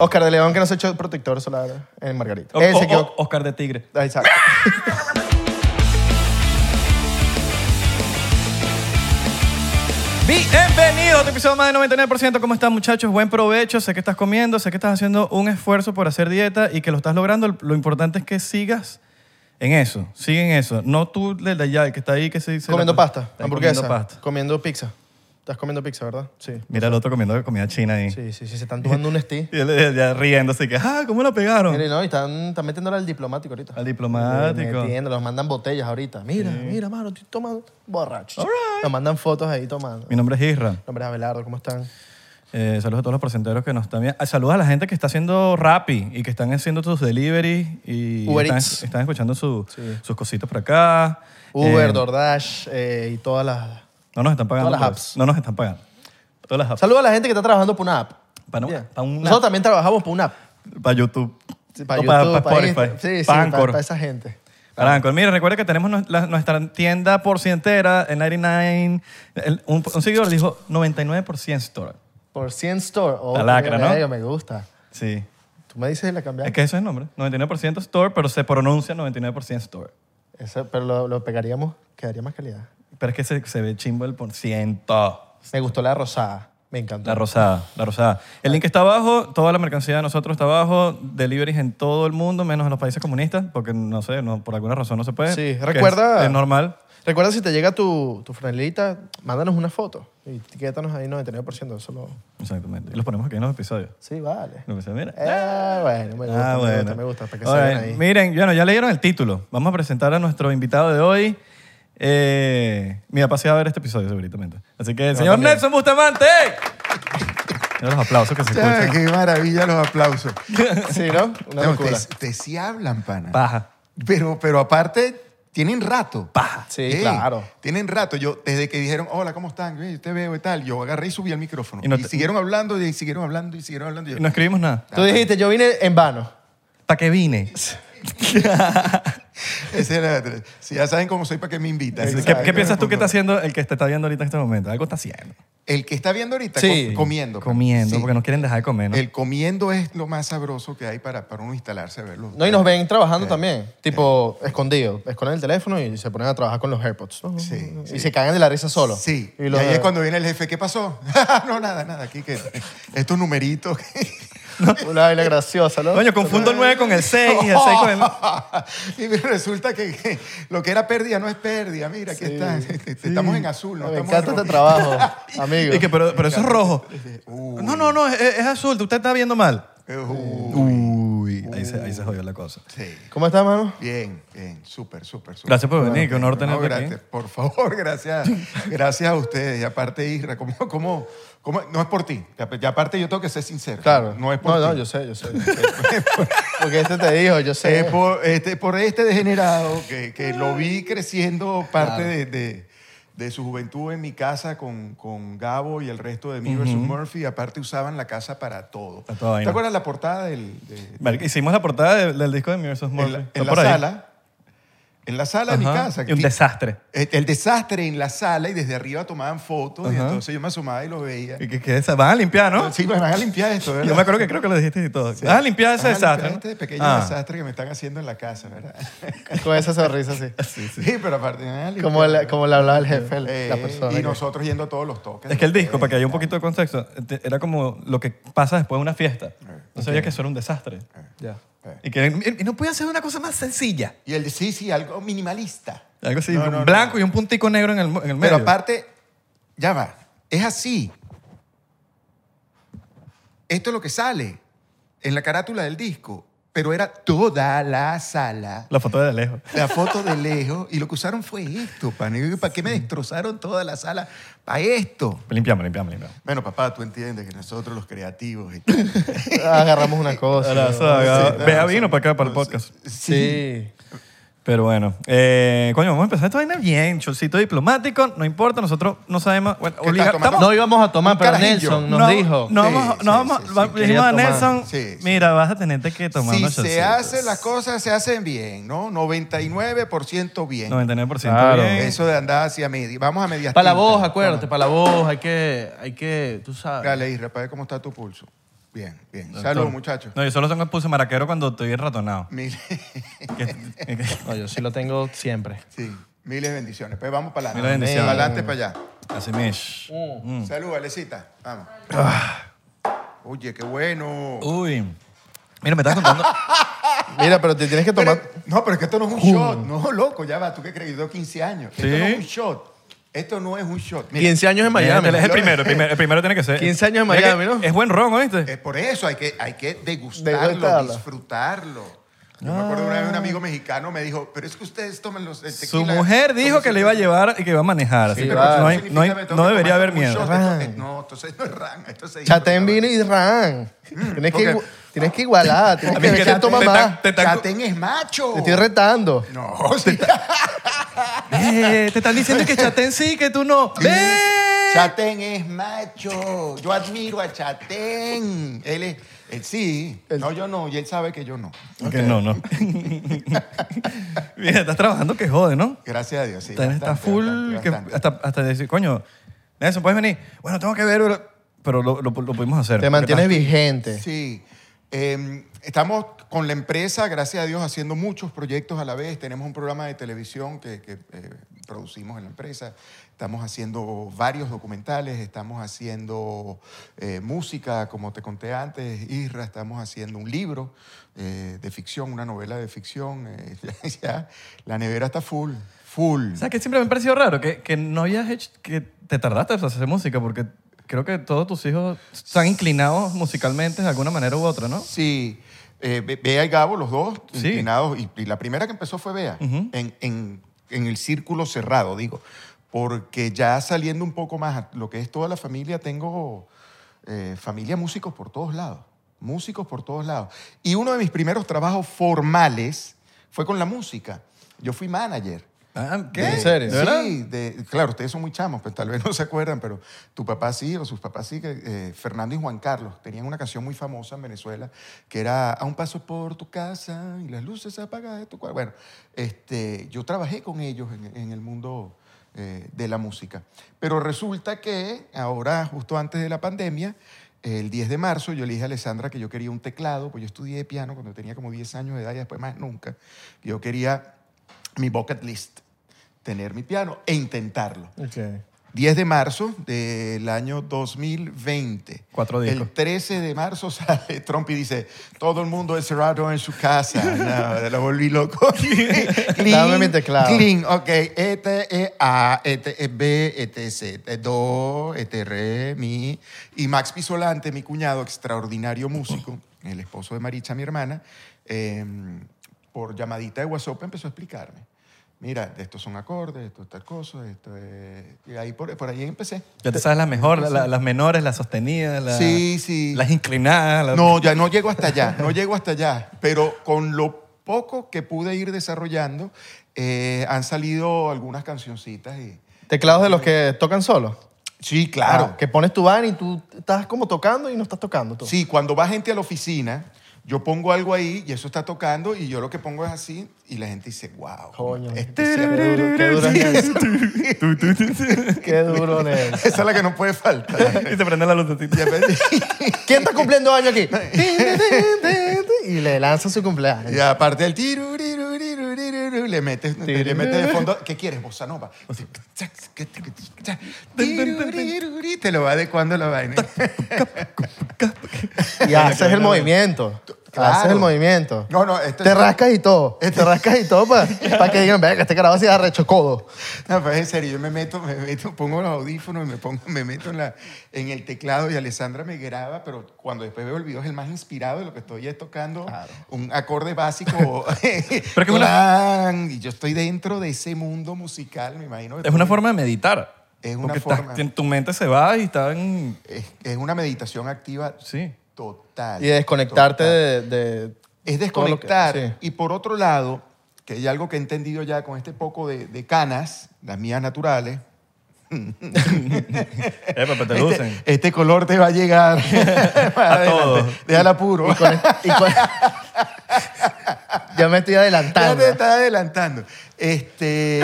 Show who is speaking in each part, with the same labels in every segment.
Speaker 1: Oscar de León que no se echó protector solar en Margarita.
Speaker 2: O-
Speaker 1: Él se
Speaker 2: o-
Speaker 1: equivocó.
Speaker 2: o- Oscar de Tigre.
Speaker 1: Ah, Exacto.
Speaker 2: Bienvenidos a otro episodio más de 99%. ¿Cómo están, muchachos? Buen provecho. Sé que estás comiendo, sé que estás haciendo un esfuerzo por hacer dieta y que lo estás logrando. Lo importante es que sigas en eso. Sigue en eso. No tú, el de allá, el que está ahí, que se dice.
Speaker 1: comiendo pasta,
Speaker 2: Está ahí
Speaker 1: hamburguesa,
Speaker 2: Comiendo pasta.
Speaker 1: comiendo pizza. Estás comiendo pizza, ¿verdad? Sí.
Speaker 2: Mira el otro comiendo comida china ahí.
Speaker 1: Sí, sí, sí, se están tomando un stee.
Speaker 2: Y él eh, ya riendo, así que, ah, ¿cómo la pegaron?
Speaker 1: Mire, no, y están, están metiéndole al diplomático ahorita.
Speaker 2: Al diplomático.
Speaker 1: Metiendo, los mandan botellas ahorita. Mira, mira, mano, estoy tomando borracho.
Speaker 2: All right.
Speaker 1: Nos mandan fotos ahí tomando.
Speaker 2: Mi nombre es Isra.
Speaker 1: Nombre es Abelardo, ¿cómo están?
Speaker 2: Eh, saludos a todos los presenteros que nos están viendo. Ah, Saludos a la gente que está haciendo Rappi y que están haciendo sus deliveries y
Speaker 1: Uber
Speaker 2: están,
Speaker 1: Eats.
Speaker 2: están escuchando su- sus cositas por acá.
Speaker 1: Uber,
Speaker 2: Eh,
Speaker 1: DoorDash eh, y todas las...
Speaker 2: no nos están pagando.
Speaker 1: todas las
Speaker 2: por
Speaker 1: apps.
Speaker 2: eso. No nos están pagando. Todas las apps.
Speaker 1: Saludos a la gente que está trabajando por una app.
Speaker 2: Para una- para una-
Speaker 1: Nosotros también trabajamos por una app.
Speaker 2: Para YouTube.
Speaker 1: Sí,
Speaker 2: O
Speaker 1: Para YouTube, para Insta-
Speaker 2: Spotify.
Speaker 1: Sí, sí,
Speaker 2: para
Speaker 1: para,
Speaker 2: Anchor.
Speaker 1: para esa gente.
Speaker 2: Para Anchor. Mira, recuerda que tenemos nos- la- nuestra tienda por cientera, el 99. el- un, un seguidor dijo 99% store.
Speaker 1: Por 100 Store. Oh,
Speaker 2: La lacra,
Speaker 1: mira,
Speaker 2: ¿no?
Speaker 1: mira, Me gusta.
Speaker 2: Sí.
Speaker 1: Tú me dices y la cambiamos.
Speaker 2: Es que eso es el nombre. 99% store, pero se pronuncia 99% store.
Speaker 1: Eso, pero lo, lo pegaríamos, quedaría más calidad.
Speaker 2: Pero es que se, se ve chimbo el por ciento.
Speaker 1: Me gustó la rosada. Me encantó.
Speaker 2: La rosada, la rosada. El link está abajo, toda la mercancía de nosotros está abajo, deliveries en todo el mundo, menos en los países comunistas, porque no sé, no, por alguna razón no se puede.
Speaker 1: Sí,
Speaker 2: que es-
Speaker 1: recuerda-
Speaker 2: Es, normal.
Speaker 1: Recuerda, si te llega tu, tu franelita, mándanos una foto y etiquétanos ahí 99%. Eso lo...
Speaker 2: Exactamente. Y los ponemos aquí en los episodios.
Speaker 1: Sí, vale.
Speaker 2: Lo que sea, mira.
Speaker 1: Eh, bueno, me gusta,
Speaker 2: Ah,
Speaker 1: me
Speaker 2: bueno.
Speaker 1: gusta, me gusta. Para que
Speaker 2: Alright,
Speaker 1: se vean ahí.
Speaker 2: Miren, bueno, ya leyeron el título. Vamos a presentar a nuestro invitado de hoy. Eh, mi papá se va a ver este episodio, seguramente. Así que, señor
Speaker 1: también.
Speaker 2: Nelson Bustamante. Mira los aplausos que se
Speaker 3: Ah,
Speaker 2: escuchan.
Speaker 3: ¡Qué maravilla los aplausos!
Speaker 1: Sí, ¿no? Una locura.
Speaker 3: No, ustedes- ustedes sí hablan, pana.
Speaker 2: Paja.
Speaker 3: Pero, pero aparte, tienen rato.
Speaker 1: Sí,
Speaker 3: Ey,
Speaker 1: claro.
Speaker 3: Tienen rato. Yo, desde que dijeron, hola, ¿cómo están? Ey, te veo y tal, yo agarré y subí al micrófono.
Speaker 2: Y
Speaker 3: Y,
Speaker 2: no te-
Speaker 3: siguieron hablando, y siguieron hablando, y siguieron hablando. y yo,
Speaker 2: No escribimos nada.
Speaker 1: Tú dijiste, yo vine en vano.
Speaker 2: ¿Para qué vine?
Speaker 3: esa era la- si ya saben cómo soy, ¿para qué me invitan?
Speaker 2: ¿Qué,
Speaker 3: Exacto.
Speaker 2: qué piensas tú que está haciendo el que te está viendo ahorita en este momento? Algo está haciendo.
Speaker 3: El que está viendo ahorita,
Speaker 1: Sí.
Speaker 3: co- comiendo. pana.
Speaker 2: Comiendo,
Speaker 3: Sí.
Speaker 2: porque no quieren dejar de comer, ¿no?
Speaker 3: El comiendo es lo más sabroso que hay para, para uno instalarse a verlo.
Speaker 1: No, y nos ven trabajando también, tipo escondido. Esconden el teléfono y se ponen a trabajar con los AirPods.
Speaker 3: Sí,
Speaker 1: y se cagan de la risa solo.
Speaker 3: Sí.
Speaker 1: Y
Speaker 3: Y,
Speaker 1: los-
Speaker 3: ahí es cuando viene el jefe, ¿qué pasó? no, nada, nada, aquí que estos numeritos.
Speaker 1: Una vaina graciosa, ¿no?
Speaker 2: Coño, confundo el 9 con el 6 y el 6 con el...
Speaker 3: y resulta que, que lo que era pérdida no es pérdida. Mira, aquí está. Este, Estamos en azul, ¿no?
Speaker 1: Me
Speaker 3: Estamos
Speaker 1: encanta
Speaker 3: en
Speaker 1: este
Speaker 3: rojo.
Speaker 1: trabajo, amigo.
Speaker 2: Y que, pero, pero eso es rojo.
Speaker 3: Uy.
Speaker 2: No, no, no, es, es azul. Usted está viendo mal.
Speaker 3: Uy.
Speaker 2: Uy. Ahí se, ahí se jodió la cosa.
Speaker 3: Sí.
Speaker 1: ¿Cómo estás, mano?
Speaker 3: Bien, bien, súper, súper, súper.
Speaker 2: Gracias por venir, qué honor
Speaker 3: No,
Speaker 2: tenerte aquí.
Speaker 3: gracias, Por favor, gracias. Gracias a ustedes. Y aparte, Isra, ¿cómo, cómo, cómo? no es por ti. Y aparte, yo tengo que ser sincero.
Speaker 1: Claro.
Speaker 3: No es por
Speaker 1: No,
Speaker 3: ti.
Speaker 1: no, yo sé, yo sé. yo sé. Porque este te dijo, yo sé.
Speaker 3: Es por este, por este degenerado que, que lo vi creciendo parte de, de- de su juventud en mi casa con, con Gabo y el resto de mí versus Murphy. Aparte usaban la casa para todo.
Speaker 2: Para toda vaina.
Speaker 3: ¿Te acuerdas la portada del, de-
Speaker 2: Marica, Hicimos la portada de- del disco de Mirrors of
Speaker 3: en
Speaker 2: Morphy.
Speaker 3: la,
Speaker 2: Está
Speaker 3: en la
Speaker 2: por ahí.
Speaker 3: sala? En la sala de mi
Speaker 2: Ajá.
Speaker 3: casa.
Speaker 2: Y un
Speaker 3: Ti- eh,
Speaker 2: desastre.
Speaker 3: el, el desastre en la sala y desde arriba tomaban fotos y
Speaker 2: Ajá.
Speaker 3: entonces yo me asomaba y lo veía.
Speaker 2: Y que, que esa- van a limpiar, ¿no?
Speaker 3: Sí, me van a limpiar esto, ¿verdad?
Speaker 2: Yo me acuerdo que creo que lo dijiste y todo. Van a limpiar ese
Speaker 3: Van a
Speaker 2: desastre.
Speaker 3: Este
Speaker 2: ¿no?
Speaker 3: pequeño
Speaker 2: Ah.
Speaker 3: desastre que me están haciendo en la casa, ¿verdad?
Speaker 1: Con esa sonrisa así.
Speaker 3: Sí, pero aparte. van a
Speaker 1: Como,
Speaker 3: limpiar.
Speaker 1: le- como le hablaba el jefe, la-
Speaker 3: Eh,
Speaker 1: la persona.
Speaker 3: y
Speaker 1: que-
Speaker 3: nosotros yendo a todos los toques.
Speaker 2: Es que el disco, para que haya un poquito de contexto, te- era como lo que pasa después de una fiesta. No sabía que eso era un desastre. Ya.
Speaker 3: Eh.
Speaker 2: Y que y- y no podía hacer una cosa más sencilla.
Speaker 3: Y el sí, sí, algo minimalista.
Speaker 2: Algo así,
Speaker 3: No, no,
Speaker 2: un
Speaker 3: no.
Speaker 2: blanco y un puntico negro en el, mo- en el medio.
Speaker 3: Pero aparte, ya va, es así. Esto es lo que sale en la carátula del disco, pero era toda la sala.
Speaker 2: La foto de lejos.
Speaker 3: La foto de lejos y lo que usaron fue esto, pana. Y yo, ¿Para qué me destrozaron toda la sala? Para esto.
Speaker 2: Limpiamos, limpiamos, limpiamos.
Speaker 3: Bueno, papá, tú entiendes que nosotros los creativos. y-
Speaker 1: Agarramos una cosa.
Speaker 2: Ahora,
Speaker 1: ¿no?
Speaker 2: sabe, ah,
Speaker 3: sí,
Speaker 2: Vea
Speaker 3: no,
Speaker 2: vino para acá, para el podcast.
Speaker 1: Sí.
Speaker 2: Pero bueno, eh, coño, vamos a empezar esta vaina bien. Cholcito diplomático, no importa, nosotros no sabemos. Bueno,
Speaker 3: ¿Qué
Speaker 2: obliga-
Speaker 3: estás tomando?
Speaker 2: estamos-
Speaker 1: No íbamos a tomar,
Speaker 3: Un
Speaker 1: pero
Speaker 3: carajillo.
Speaker 1: Nelson nos
Speaker 2: no,
Speaker 1: dijo.
Speaker 2: No,
Speaker 3: Sí,
Speaker 2: vamos,
Speaker 3: sí,
Speaker 2: no vamos-
Speaker 3: sí, sí,
Speaker 2: va-
Speaker 3: que
Speaker 2: dijimos a
Speaker 1: quería tomar.
Speaker 2: Nelson,
Speaker 3: Sí, sí.
Speaker 2: mira, vas a tenerte que tomar
Speaker 3: Si
Speaker 2: unos
Speaker 3: se
Speaker 2: cholcitos".
Speaker 3: hacen las cosas, se hacen bien, ¿no? 99% bien.
Speaker 2: 99%
Speaker 1: Claro.
Speaker 2: bien.
Speaker 3: Eso de andar hacia media. Vamos a medias.
Speaker 4: Para la voz,
Speaker 3: tintas.
Speaker 4: acuérdate, para la voz, hay que, hay que, tú sabes.
Speaker 3: Dale, Isra, para ver cómo está tu pulso. Bien, bien. Salud, muchachos.
Speaker 2: No, yo solo tengo- puse maraquero cuando estoy ratonado.
Speaker 3: Mil-
Speaker 1: No, yo sí lo tengo siempre.
Speaker 3: sí, miles de bendiciones. Pues vamos para
Speaker 2: Miles de
Speaker 3: adelante.
Speaker 2: bendiciones. Mm.
Speaker 3: Para adelante, para allá.
Speaker 2: Así mish.
Speaker 1: Mm.
Speaker 3: Salud, Alecita. Vamos.
Speaker 2: Ah.
Speaker 3: Oye, qué bueno.
Speaker 2: Uy. Mira, me estás contando.
Speaker 1: Mira, pero te tienes que
Speaker 3: Pero-
Speaker 1: tomar.
Speaker 3: no, pero es que esto no es un shot. No, loco, ya va. ¿Tú qué crees? Yo tengo 15 años. Esto no
Speaker 2: Uh. Sí.
Speaker 3: es un shot. Esto no es un shot. Mira,
Speaker 1: 15 años en Miami.
Speaker 2: Él este es el primero, el primero, el primero tiene que ser.
Speaker 1: 15 años en
Speaker 2: Mira que
Speaker 1: Miami, ¿no?
Speaker 2: Es buen ron, ¿oíste?
Speaker 3: es por eso hay que, hay que degustarlo,
Speaker 1: Degustarlo.
Speaker 3: disfrutarlo. Yo me acuerdo una vez un amigo mexicano me dijo, pero es que ustedes toman los el
Speaker 2: Su
Speaker 3: tequila
Speaker 2: mujer
Speaker 3: como
Speaker 2: dijo
Speaker 3: si-
Speaker 2: que le iba a llevar y que iba a manejar. así
Speaker 1: Sí,
Speaker 2: que
Speaker 1: va.
Speaker 2: no, hay-
Speaker 3: Eso
Speaker 2: no hay-
Speaker 3: significa que
Speaker 2: no
Speaker 3: tengo que
Speaker 2: debería
Speaker 3: tomar
Speaker 2: haber
Speaker 3: un
Speaker 2: miedo.
Speaker 3: shot. Esto-
Speaker 1: Ran.
Speaker 3: no, entonces no es ran. Esto se
Speaker 1: Chata en
Speaker 3: disfruta.
Speaker 1: vino y ran. Tienes que,
Speaker 3: ok.
Speaker 1: igu- tienes que igualar, tienes
Speaker 2: A
Speaker 1: que
Speaker 2: mí es
Speaker 1: ver
Speaker 2: que
Speaker 1: quién
Speaker 2: te-
Speaker 1: toma
Speaker 2: te
Speaker 1: más.
Speaker 2: tan- te-
Speaker 3: Chatén es macho.
Speaker 1: Te estoy retando.
Speaker 3: No, sí.
Speaker 2: Eh, te están diciendo que chaten sí, que tú no. ¡Ve!
Speaker 3: Chatén es macho. Yo admiro a Chatén. Él es. él sí. No, yo no. Y él sabe que yo no.
Speaker 2: Que no, no. Mira, estás trabajando que jode, ¿no?
Speaker 3: Gracias a Dios. Sí,
Speaker 2: Está- está
Speaker 3: bastante,
Speaker 2: full.
Speaker 3: bastante,
Speaker 2: que
Speaker 3: bastante.
Speaker 2: Hasta, hasta decir, coño, Nelson, ¿puedes venir? Bueno, tengo que ver, pero, pero lo, lo- lo pudimos hacer.
Speaker 1: Te mantienes vigente.
Speaker 3: Sí. Eh, estamos con la empresa, gracias a Dios, haciendo muchos proyectos a la vez. Tenemos un programa de televisión que, que, eh, producimos en la empresa. Estamos haciendo varios documentales, estamos haciendo eh, música, como te conté antes, Isra, estamos haciendo un libro eh, de ficción, una novela de ficción. eh, ya, ya. La nevera está full, full.
Speaker 2: ¿Sabes que siempre me ha parecido raro? Que, que no hayas hecho, que te tardaste en hacer música, porque creo que todos tus hijos están inclinados musicalmente de alguna manera u otra, ¿no?
Speaker 3: Sí. Eh, Be- Bea y Gabo, los dos,
Speaker 2: Sí.
Speaker 3: inclinados. Y, y la primera que empezó fue Bea, en, en- en el círculo cerrado, digo. Porque ya saliendo un poco más a lo que es toda la familia, tengo eh, familia músicos por todos lados. Músicos por todos lados. Y uno de mis primeros trabajos formales fue con la música. Yo fui manager.
Speaker 2: Ah, ¿Qué?
Speaker 3: De-
Speaker 1: ¿En serio?
Speaker 2: ¿De verdad?
Speaker 3: Sí, de- claro, ustedes son muy chamos, pero tal vez no se acuerdan, pero tu papá sí, o sus papás sí, que, eh, Fernando y Juan Carlos, tenían una canción muy famosa en Venezuela, que era A un paso por tu casa y las luces apagadas de tu cuarto. Bueno, este, yo trabajé con ellos en, en el mundo eh, de la música. Pero resulta que ahora, justo antes de la pandemia, el 10 de marzo yo le dije a Alessandra que yo quería un teclado, pues yo estudié piano cuando tenía como 10 años de edad y después más nunca. Yo quería mi bucket list tener mi piano e intentarlo.
Speaker 1: Ok.
Speaker 3: 10 de marzo del año 2020.
Speaker 2: Cuatro discos.
Speaker 3: El 13 de marzo sale Trump y dice, todo el mundo encerrado en su casa. No, lo volví loco. Clean,
Speaker 1: Dame mi teclado.
Speaker 3: Clean, ok. Este es A, este es B, este es C, este es Do, este es Re, Mi. Y Max Pisolante, mi cuñado, extraordinario músico, el esposo de Maricha, mi hermana, eh, por llamadita de WhatsApp empezó a explicarme. Mira, estos son acordes, esto es tal cosa, esto es... Y ahí por, por ahí empecé.
Speaker 2: Ya te sabes las mejores, la- las menores, las sostenidas, las,
Speaker 3: Sí, sí.
Speaker 2: las inclinadas. las-
Speaker 3: No, ya no llego hasta allá, no llego hasta allá. Pero con lo poco que pude ir desarrollando, eh, han salido algunas cancioncitas. Y...
Speaker 1: Teclados de los que tocan solos.
Speaker 3: Sí, claro.
Speaker 1: Ah, que pones tu van y tú estás como tocando y no estás tocando tú.
Speaker 3: Sí, cuando va gente a la oficina, yo pongo algo ahí y eso está tocando y yo lo que pongo es así y la gente dice, wow.
Speaker 1: Coño.
Speaker 3: este
Speaker 1: Qué
Speaker 3: se-
Speaker 1: duro, qué duro, Nelson. Qué duro, Nelson.
Speaker 3: Esa es la que no puede faltar.
Speaker 2: Y te prende la luz de ti.
Speaker 3: Y aparte-
Speaker 1: ¿Quién está cumpliendo año aquí? Y le lanza su cumpleaños.
Speaker 3: Y aparte el tiruriruriruriruru, le metes, le metes de fondo. ¿Qué quieres, bossa nova? Tiruriruriruri, Te lo va adecuando la vaina.
Speaker 1: Y haces el movimiento.
Speaker 3: Claro.
Speaker 1: Haces el movimiento.
Speaker 3: No, no, este-
Speaker 1: Te rascas y todo. Te rascas y todo para que digan, venga, este carajo se da rechocodo.
Speaker 3: No, pues en serio, yo me meto, me meto, pongo los audífonos y me, pongo, me meto en, la, en el teclado y Alessandra me graba, pero cuando después veo el video es el más inspirado de lo que estoy es tocando, un acorde básico.
Speaker 2: Pero que es una-
Speaker 3: clan, y yo estoy dentro de ese mundo musical, me imagino. que
Speaker 2: Es una
Speaker 3: tú-
Speaker 2: forma de meditar.
Speaker 3: Es una
Speaker 2: Porque estás-
Speaker 3: forma.
Speaker 2: en tu mente se va y está en...
Speaker 3: Es, es una meditación activa
Speaker 2: Sí.
Speaker 3: total.
Speaker 1: Y desconectarte
Speaker 3: total.
Speaker 1: de, de-
Speaker 3: Es
Speaker 1: todo lo que-
Speaker 3: desconectar.
Speaker 1: sí.
Speaker 3: Y por otro lado, que hay algo que he entendido ya con este poco de, de canas, las mías naturales.
Speaker 2: Eh, pero te lucen.
Speaker 3: Este, este color te va a llegar. a
Speaker 2: todos.
Speaker 3: Déjala puro.
Speaker 1: y con- ya me estoy
Speaker 3: Ya
Speaker 1: adelantando.
Speaker 3: te estás adelantando. Este,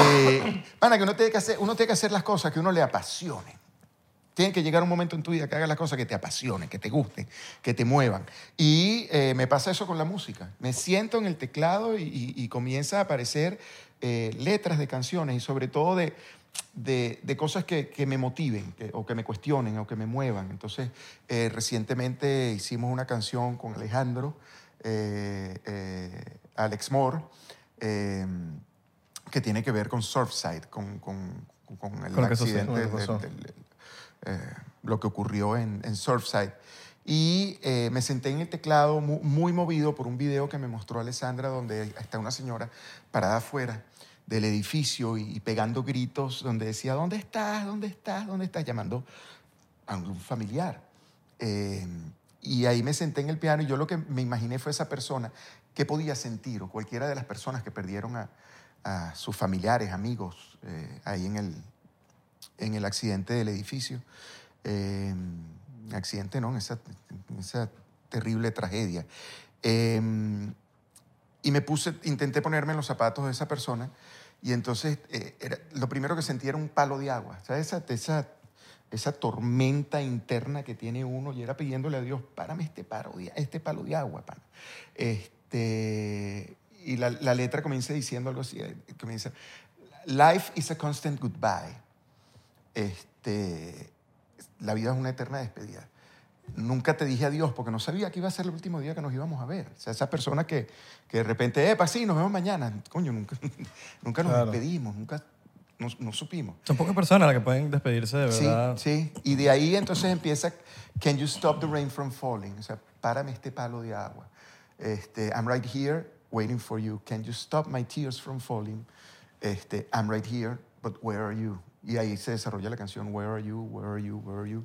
Speaker 3: pana, que uno tiene que, hacer, uno tiene que hacer las cosas que uno le apasione. Tiene que llegar un momento en tu vida que hagas las cosas que te apasionen, que te gusten, que te muevan. Y eh, me pasa eso con la música. Me siento en el teclado y, y- y comienza a aparecer eh, letras de canciones y sobre todo de, de, de cosas que, que me motiven que- o que me cuestionen o que me muevan. Entonces, eh, recientemente hicimos una canción con Alejandro, eh, eh, Alex Moore, eh, que tiene que ver con Surfside, con, con- con el
Speaker 2: Con lo que sucedió,
Speaker 3: accidente,
Speaker 2: con lo que
Speaker 3: del-
Speaker 2: pasó.
Speaker 3: del- del- eh, lo que ocurrió en, en Surfside. Y eh, me senté en el teclado mu- muy, movido por un video que me mostró Alessandra, donde está una señora parada afuera del edificio y, y pegando gritos, donde decía, ¿dónde estás? ¿Dónde estás? ¿Dónde estás? Llamando a un familiar. Eh, y ahí me senté en el piano y yo lo que me imaginé fue esa persona, qué podía sentir, o cualquiera de las personas que perdieron a, a sus familiares, amigos, eh, ahí en el, en el accidente del edificio. Eh, accidente, no, en esa, en esa terrible tragedia. Eh, y me puse, intenté ponerme en los zapatos de esa persona y entonces eh, era- lo primero que sentí era un palo de agua. ¿Sabes? Esa, esa, esa tormenta interna que tiene uno y era pidiéndole a Dios, párame este palo de, este palo de agua, pana". Este, y la, la letra comienza diciendo algo así, eh, comienza, Life is a constant goodbye este, la vida es una eterna despedida. Nunca te dije adiós porque no sabía que iba a ser el último día que nos íbamos a ver. O sea, esa persona que, que de repente, epa, sí, nos vemos mañana. Coño, nunca, nunca nos
Speaker 2: Claro.
Speaker 3: despedimos, nunca nos, nos supimos.
Speaker 2: Son pocas personas las que pueden despedirse de
Speaker 3: Sí,
Speaker 2: verdad.
Speaker 3: sí. Y de ahí entonces empieza, can you stop the rain from falling? O sea, párame este palo de agua. Este, I'm right here waiting for you. Can you stop my tears from falling? Este, I'm right here, but where are you? Y ahí se desarrolla la canción Where are you, where are you, where are you?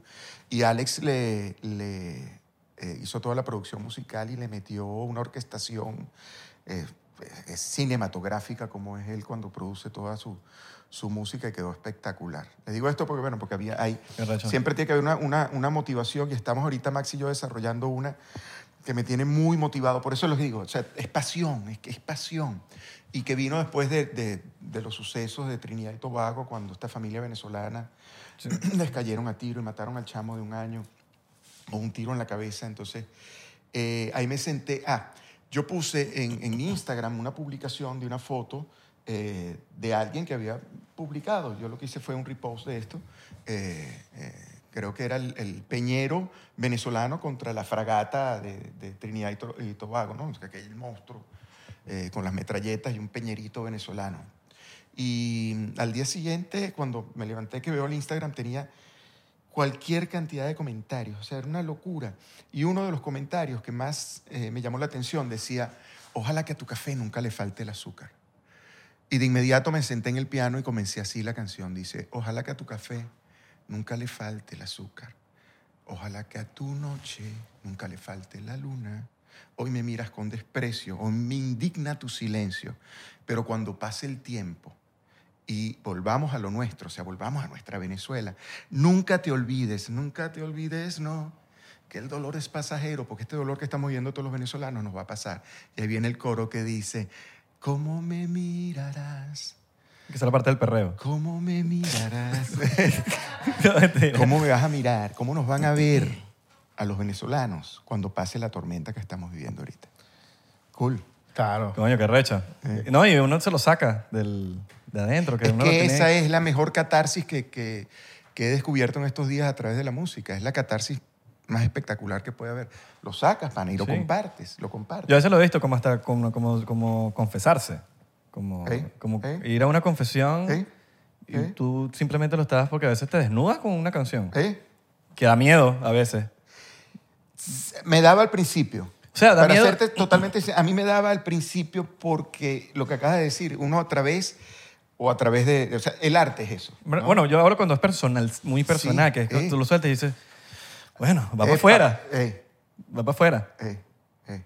Speaker 3: Y Alex le, le eh, hizo toda la producción musical y le metió una orquestación eh, eh, cinematográfica como es él cuando produce toda su, su música y quedó espectacular. Le digo esto porque, bueno, porque había, hay,
Speaker 2: Qué recho.
Speaker 3: siempre tiene que haber una, una- una motivación y estamos ahorita Max y yo desarrollando una que me tiene muy motivado. Por eso les digo, o sea, es pasión, es, que es pasión. Y que vino después de, de- de los sucesos de Trinidad y Tobago, cuando esta familia venezolana les cayeron a tiro y mataron al chamo de un año o un tiro en la cabeza. Entonces, eh, ahí me senté. Ah, yo puse en, en Instagram una publicación de una foto eh, de alguien que había publicado. Yo lo que hice fue un repost de esto. Eh, eh, creo que era el, el peñero venezolano contra la fragata de, de Trinidad y, To- y Tobago, ¿no? O sea, aquel monstruo eh, con las metralletas y un peñerito venezolano. Y mm, al día siguiente, cuando me levanté que veo el Instagram, tenía cualquier cantidad de comentarios. O sea, era una locura. Y uno de los comentarios que más eh, me llamó la atención decía, ojalá que a tu café nunca le falte el azúcar. Y de inmediato me senté en el piano y comencé así la canción. Dice, ojalá que a tu café nunca le falte el azúcar. Ojalá que a tu noche nunca le falte la luna. Hoy me miras con desprecio, hoy me indigna tu silencio. Pero cuando pase el tiempo y volvamos a lo nuestro, o sea, volvamos a nuestra Venezuela, nunca te olvides, nunca te olvides, no, que el dolor es pasajero, porque este dolor que estamos viviendo todos los venezolanos nos va a pasar. Y ahí viene el coro que dice, ¿cómo me mirarás?
Speaker 2: Que esa es la parte del perreo.
Speaker 3: ¿Cómo me mirarás?
Speaker 2: No, mentira.
Speaker 3: ¿Cómo me vas a mirar? ¿Cómo nos van a ver a los venezolanos cuando pase la tormenta que estamos viviendo ahorita? Cool.
Speaker 1: Claro.
Speaker 2: Coño, qué recha. No, y uno se lo saca del, de adentro. Que
Speaker 3: Eh. Es
Speaker 2: uno
Speaker 3: que
Speaker 2: lo tiene-
Speaker 3: esa es la mejor catarsis que, que- que he descubierto en estos días a través de la música. Es la catarsis más espectacular que puede haber. Lo sacas, pana, y lo
Speaker 2: Sí.
Speaker 3: compartes, lo compartes.
Speaker 2: Yo a veces lo he visto como hasta como, como, como confesarse. Como,
Speaker 3: Sí,
Speaker 2: como
Speaker 3: sí.
Speaker 2: ir a una confesión
Speaker 3: Sí,
Speaker 2: y
Speaker 3: sí.
Speaker 2: tú simplemente lo estás porque a veces te desnudas con una canción.
Speaker 3: ¿Eh?
Speaker 2: Que da miedo a veces.
Speaker 3: Me daba al principio.
Speaker 2: O sea, da
Speaker 3: Para
Speaker 2: miedo.
Speaker 3: serte totalmente... sin- A mí me daba al principio porque lo que acabas de decir, uno a través o a través de... O sea, el arte es eso.
Speaker 2: Bueno, Bueno, yo hablo cuando es personal, muy personal,
Speaker 3: Sí,
Speaker 2: que es que
Speaker 3: eh.
Speaker 2: tú lo sueltas y dices, bueno, va para
Speaker 3: Eh,
Speaker 2: afuera,
Speaker 3: pa- eh,
Speaker 2: va para afuera.
Speaker 3: eh, eh.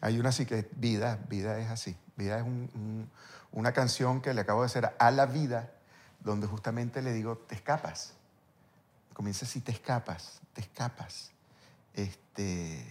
Speaker 3: Hay una así que es vida, vida es así. Vida es un- un- una canción que le acabo de hacer a la vida, donde justamente le digo, te escapas. Comienza así, te escapas, te escapas. Este,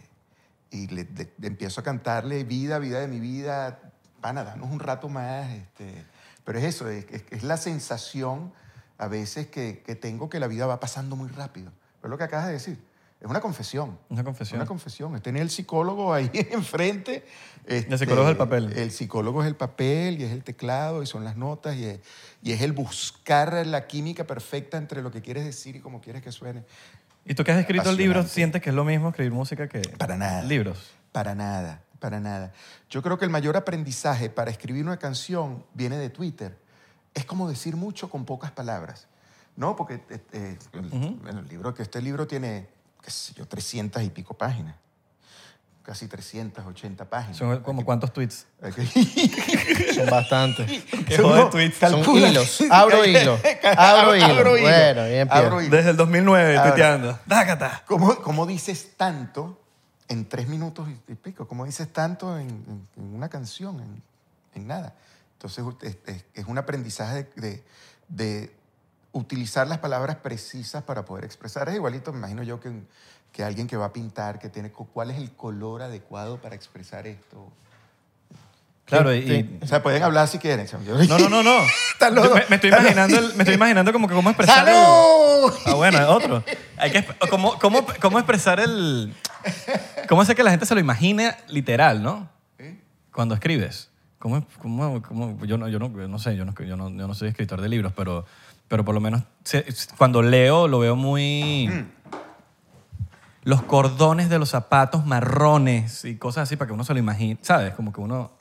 Speaker 3: y le, le- le empiezo a cantarle, vida, vida de mi vida, pana, danos un rato más. Este, pero es eso, es, es- es la sensación a veces que, que tengo que la vida va pasando muy rápido. Pero es lo que acabas de decir. Es una confesión.
Speaker 2: Una confesión.
Speaker 3: Una confesión. Es tener el psicólogo ahí enfrente. este,
Speaker 2: psicólogo es el papel.
Speaker 3: El psicólogo es el papel y es el teclado y son las notas y es, y es el buscar la química perfecta entre lo que quieres decir y cómo quieres que suene.
Speaker 2: ¿Y tú que has escrito el libro,
Speaker 3: Apasionante.
Speaker 2: sientes que es lo mismo escribir música que
Speaker 3: Para nada.
Speaker 2: libros?
Speaker 3: Para nada, para nada. Yo creo que el mayor aprendizaje para escribir una canción viene de Twitter. Es como decir mucho con pocas palabras. No, porque eh, eh, el, bueno, el libro, que este libro tiene, qué sé yo, 300 y pico páginas. Casi 380 páginas.
Speaker 2: Son como cuántos tweets.
Speaker 3: Hay que-
Speaker 1: Son bastantes.
Speaker 2: Qué joder,
Speaker 3: No,
Speaker 2: tweets.
Speaker 1: Son
Speaker 3: calcula.
Speaker 1: hilos. Abro hilo. Abro hilo.
Speaker 3: Abro hilo.
Speaker 1: Bueno, bien, Pierre.
Speaker 3: Abro hilo.
Speaker 2: Desde el 2009
Speaker 3: Ahora.
Speaker 2: tuiteando. ¡Dácata!
Speaker 3: ¿Cómo, cómo dices tanto en tres minutos y- y pico? ¿Cómo dices tanto en, en- en una canción, en, en nada? Entonces es, es- es un aprendizaje de, de- de utilizar las palabras precisas para poder expresar. Es igualito, me imagino yo, que, un- que alguien que va a pintar, que tiene, co- cuál es el color adecuado para expresar esto.
Speaker 2: Claro, y...
Speaker 1: Sí.
Speaker 3: O sea, pueden hablar si quieren.
Speaker 2: No, no, no, no.
Speaker 3: Están los
Speaker 2: Yo me,
Speaker 3: dos.
Speaker 2: me estoy
Speaker 3: Están los-
Speaker 2: imaginando el- me estoy imaginando como que cómo expresar el-
Speaker 3: ¡Salud!
Speaker 2: Ah, bueno, es otro. Hay que, exp- ¿cómo, cómo, ¿Cómo expresar el...? ¿Cómo hacer que la gente se lo imagine literal, no? Cuando escribes. ¿Cómo, cómo- cómo- yo, no, yo, no, yo no sé, yo no, yo, no, yo no soy escritor de libros, pero, pero por lo menos se- cuando leo lo veo muy... Los cordones de los zapatos marrones y cosas así para que uno se lo imagine, ¿sabes? Como que uno...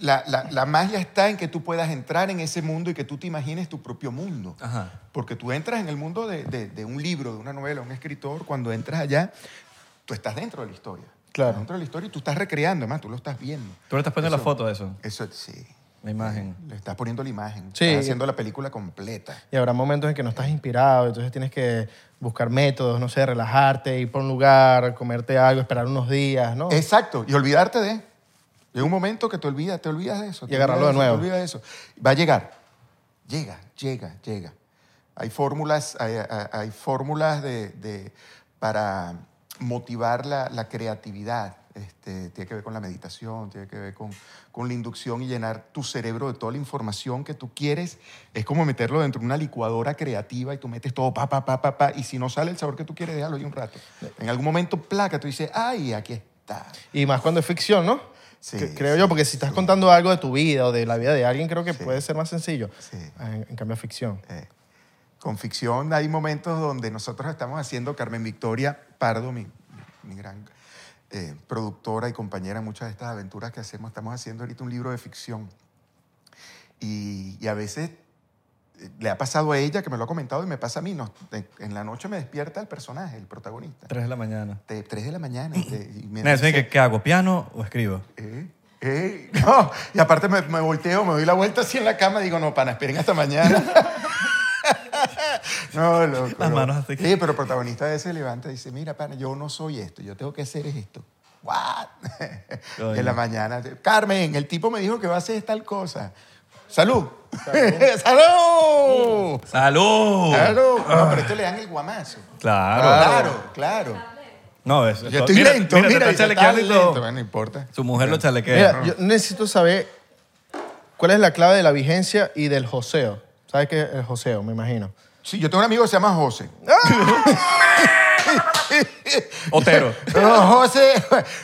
Speaker 3: La, la- la magia está en que tú puedas entrar en ese mundo y que tú te imagines tu propio mundo.
Speaker 2: Ajá.
Speaker 3: Porque tú entras en el mundo de, de- de un libro, de una novela, un escritor, cuando entras allá, tú estás dentro de la historia.
Speaker 1: Claro.
Speaker 3: Estás dentro de la historia y tú estás recreando, además, tú lo estás viendo.
Speaker 2: Tú le estás poniendo la
Speaker 3: Eso-
Speaker 2: foto de eso,
Speaker 3: Eso sí.
Speaker 2: la imagen.
Speaker 3: Le estás poniendo la imagen.
Speaker 1: Sí.
Speaker 3: Estás haciendo la película completa.
Speaker 1: Y habrá momentos en que no estás inspirado, entonces tienes que buscar métodos, no sé, relajarte, ir por un lugar, comerte algo, esperar unos días, ¿no?
Speaker 3: Exacto. Y olvidarte de. Llega un momento que te olvidas, te olvidas de eso.
Speaker 1: Y
Speaker 3: te
Speaker 1: agarrarlo
Speaker 3: olvidas
Speaker 1: de nuevo.
Speaker 3: eso, Te olvidas de eso. Va a llegar. Llega, llega, llega. Hay fórmulas, hay, hay- hay fórmulas de, de- para motivar la, la creatividad. Este, tiene que ver con la meditación, tiene que ver con, con la inducción y llenar tu cerebro de toda la información que tú quieres. Es como meterlo dentro de una licuadora creativa y tú metes todo pa, pa, pa, pa, pa. Y si no sale el sabor que tú quieres, déjalo ahí un rato. En algún momento placa, tú dices, ay, aquí está.
Speaker 1: Y más cuando es ficción, ¿no?
Speaker 3: Sí,
Speaker 1: Que- creo
Speaker 3: sí,
Speaker 1: yo, porque si estás
Speaker 3: sí.
Speaker 1: contando algo de tu vida o de la vida de alguien, creo que
Speaker 3: Sí.
Speaker 1: puede ser más sencillo.
Speaker 3: Sí.
Speaker 1: En, en cambio, ficción.
Speaker 3: Eh, con ficción hay momentos donde nosotros estamos haciendo, Carmen Victoria Pardo, mi, mi gran eh, productora y compañera en muchas de estas aventuras que hacemos, estamos haciendo ahorita un libro de ficción. Y, y a veces eh, le ha pasado a ella, que me lo ha comentado, y me pasa a mí. nos- en, en la noche me despierta el personaje, el protagonista.
Speaker 2: 3 de la mañana.
Speaker 3: Te- Tres de la mañana. y te- y me
Speaker 2: Nelson,
Speaker 3: dice,
Speaker 2: ¿qué, ¿qué hago? ¿Piano o escribo?
Speaker 3: ¿Eh? ¿Eh? No. Y aparte me, me volteo, me doy la vuelta así en la cama y digo, no, pana, esperen hasta mañana. no, loco.
Speaker 2: Las
Speaker 3: no.
Speaker 2: manos así que-
Speaker 3: Sí, pero el protagonista de ese levanta y dice, mira, pana, yo no soy esto, yo tengo que hacer esto. ¿What?
Speaker 2: Coño.
Speaker 3: en la mañana. Carmen, el tipo me dijo que va a hacer tal cosa. ¡Salud! ¡Salud!
Speaker 2: ¡Salud!
Speaker 3: ¡Salud! No, pero esto le dan el guamazo.
Speaker 2: Claro.
Speaker 3: Claro, claro.
Speaker 2: No, es,
Speaker 3: Ah. Yo estoy
Speaker 2: mira,
Speaker 3: lento,
Speaker 2: mira,
Speaker 3: mira.
Speaker 2: te
Speaker 3: y
Speaker 2: está
Speaker 3: yo,
Speaker 2: chalequeando y
Speaker 3: "Estás
Speaker 2: todo.
Speaker 3: lento". Bueno, no importa.
Speaker 2: Su mujer lo chalequea.
Speaker 1: Mira, yo necesito saber cuál es la clave de la vigencia y del joseo. ¿Sabes qué es el joseo? Me imagino.
Speaker 3: Sí, yo tengo un amigo que se llama José.
Speaker 2: Otero.
Speaker 3: No, José.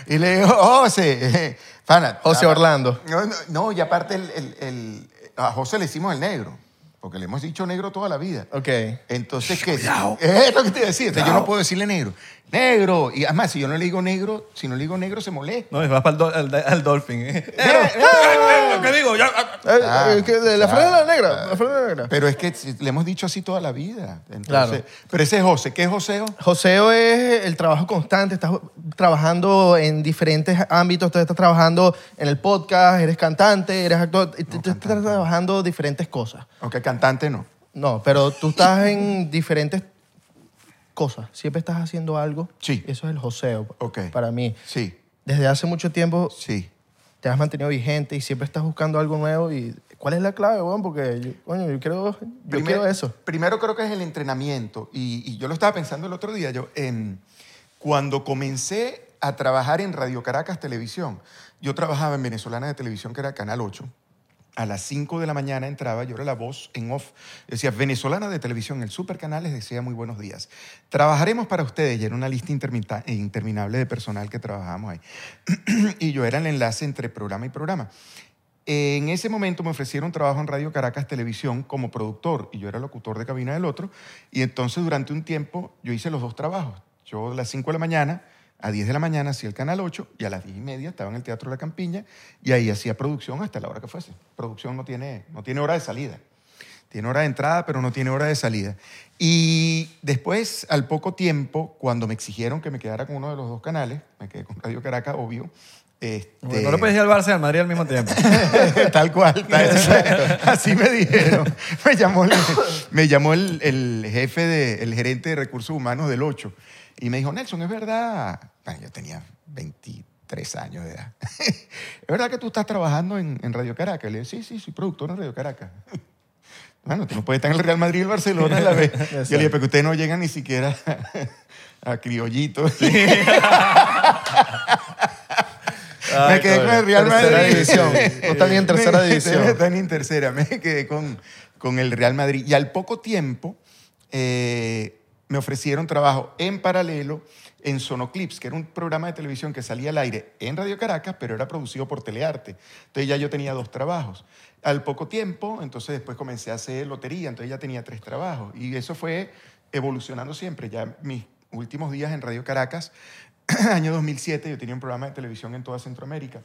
Speaker 3: Y le digo, José. Pana,
Speaker 1: José Orlando.
Speaker 3: No, no, no, y aparte el- el- el- a José le decimos el negro, porque le hemos dicho negro toda la vida.
Speaker 1: Ok. Eh,
Speaker 3: Entonces, ¿qué? Es lo que te decía. Entonces, yo no puedo decirle negro. Negro. Y además, si yo no le digo negro, si no le digo negro, se molesta.
Speaker 2: No, y vas para el al, al Dolphin. ¿eh?
Speaker 3: eh.
Speaker 2: Lo que digo, ah, yo-
Speaker 1: Eh,
Speaker 3: Claro,
Speaker 1: eh, que de la
Speaker 3: claro,
Speaker 1: franela negra. La franela negra.
Speaker 3: Pero es que si- le hemos dicho así toda la vida. Entonces,
Speaker 1: Claro.
Speaker 3: Pero ese es José. ¿Qué es Joseo?
Speaker 1: Joseo es el trabajo constante, estás trabajando en diferentes ámbitos, tú estás trabajando en el podcast, eres cantante, eres actor, y tú- tú estás trabajando diferentes cosas.
Speaker 3: Aunque cantante no.
Speaker 1: No, pero tú estás en diferentes cosas, siempre estás haciendo algo.
Speaker 3: Sí.
Speaker 1: Eso es el joseo
Speaker 3: Ok.
Speaker 1: para mí.
Speaker 3: Sí,
Speaker 1: Desde hace mucho tiempo
Speaker 3: sí.
Speaker 1: te has mantenido vigente y siempre estás buscando algo nuevo y ¿cuál es la clave, weón? Porque yo, coño, yo quiero, yo
Speaker 3: Primer-
Speaker 1: quiero eso.
Speaker 3: Primero creo que es el entrenamiento. Y, y yo lo estaba pensando el otro día. Yo, en, cuando comencé a trabajar en Radio Caracas Televisión, yo trabajaba en Venezolana de Televisión, que era Canal 8. a las 5 de la mañana entraba, yo era la voz en off, decía venezolana de televisión, el Super Canales decía muy buenos días. Trabajaremos para ustedes, y era una lista intermita- eh, interminable de personal que trabajábamos ahí. y yo era el enlace entre programa y programa. En ese momento me ofrecieron trabajo en Radio Caracas Televisión como productor y yo era locutor de cabina del otro. Y entonces durante un tiempo yo hice los dos trabajos. Yo a las 5 de la mañana, a 10 de la mañana hacía el Canal 8 y a las 10 y media estaba en el Teatro La Campiña y ahí hacía producción hasta la hora que fuese. Producción no tiene, no tiene hora de salida. Tiene hora de entrada, pero no tiene hora de salida. Y después, al poco tiempo, cuando me exigieron que me quedara con uno de los dos canales, me quedé con Radio Caracas, obvio. Este,
Speaker 2: Bueno, no le puedes ir al Barça y al Madrid al mismo tiempo.
Speaker 3: tal cual, tal- así me dijeron. Me llamó, el, me llamó el, el jefe, de, el gerente de recursos humanos del 8 y me dijo, Nelson, es verdad, Bueno, yo tenía 23 años de edad, es verdad que tú estás trabajando en, en Radio Caracas. Le dije, sí, sí, soy productor en Radio Caracas. Bueno, tú no puedes estar en el Real Madrid y el Barcelona a la vez. Yo le dije, pero ustedes no llegan ni siquiera a criollitos. me
Speaker 2: Ay,
Speaker 3: quedé con
Speaker 2: coño.
Speaker 3: el Real
Speaker 1: Tercera
Speaker 3: Madrid.
Speaker 1: división. No están ni en tercera
Speaker 3: Me-
Speaker 1: división.
Speaker 3: Están en tercera. Me quedé con, con el Real Madrid. Y al poco tiempo eh, me ofrecieron trabajo en paralelo en Sonoclips, que era un programa de televisión que salía al aire en Radio Caracas, pero era producido por Telearte. Entonces ya yo tenía dos trabajos. Al poco tiempo, entonces después comencé a hacer lotería, entonces ya tenía tres trabajos. Y eso fue evolucionando siempre. Ya mis últimos días en Radio Caracas, año 2007, yo tenía un programa de televisión en toda Centroamérica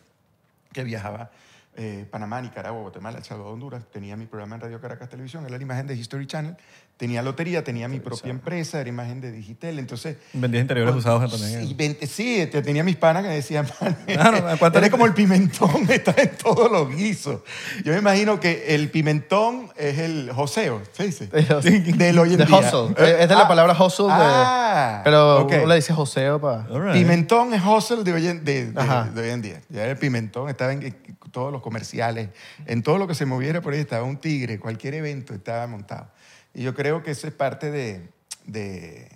Speaker 3: que viajaba eh, Panamá, Nicaragua, Guatemala, El Salvador, Honduras. Tenía mi programa en Radio Caracas Televisión, era la imagen de History Channel. Tenía lotería, tenía mi propia empresa, era imagen de Digitel. Entonces,
Speaker 2: Vendías interiores usados también.
Speaker 3: Ah, sí, 20 sí, te- tenía mis panas que decían, "Man,
Speaker 2: Claro, Ah, ¿cuánto
Speaker 3: eres
Speaker 2: le-
Speaker 3: como el pimentón, está en todos los guisos. Yo me imagino que el pimentón es el joseo, ¿se dice? Del hoy en
Speaker 1: De
Speaker 3: día.
Speaker 1: hustle. Es de la palabra hustle de-
Speaker 3: Ah,
Speaker 1: Pero
Speaker 3: ok.
Speaker 1: uno le dice joseo para...
Speaker 2: All right.
Speaker 3: Pimentón es hustle de hoy en, de- de-
Speaker 1: Ajá.
Speaker 3: de hoy en día. Ya el pimentón estaba en todos los comerciales, en todo lo que se moviera por ahí estaba un tigre, cualquier evento estaba montado. Y yo creo que eso es parte de, de,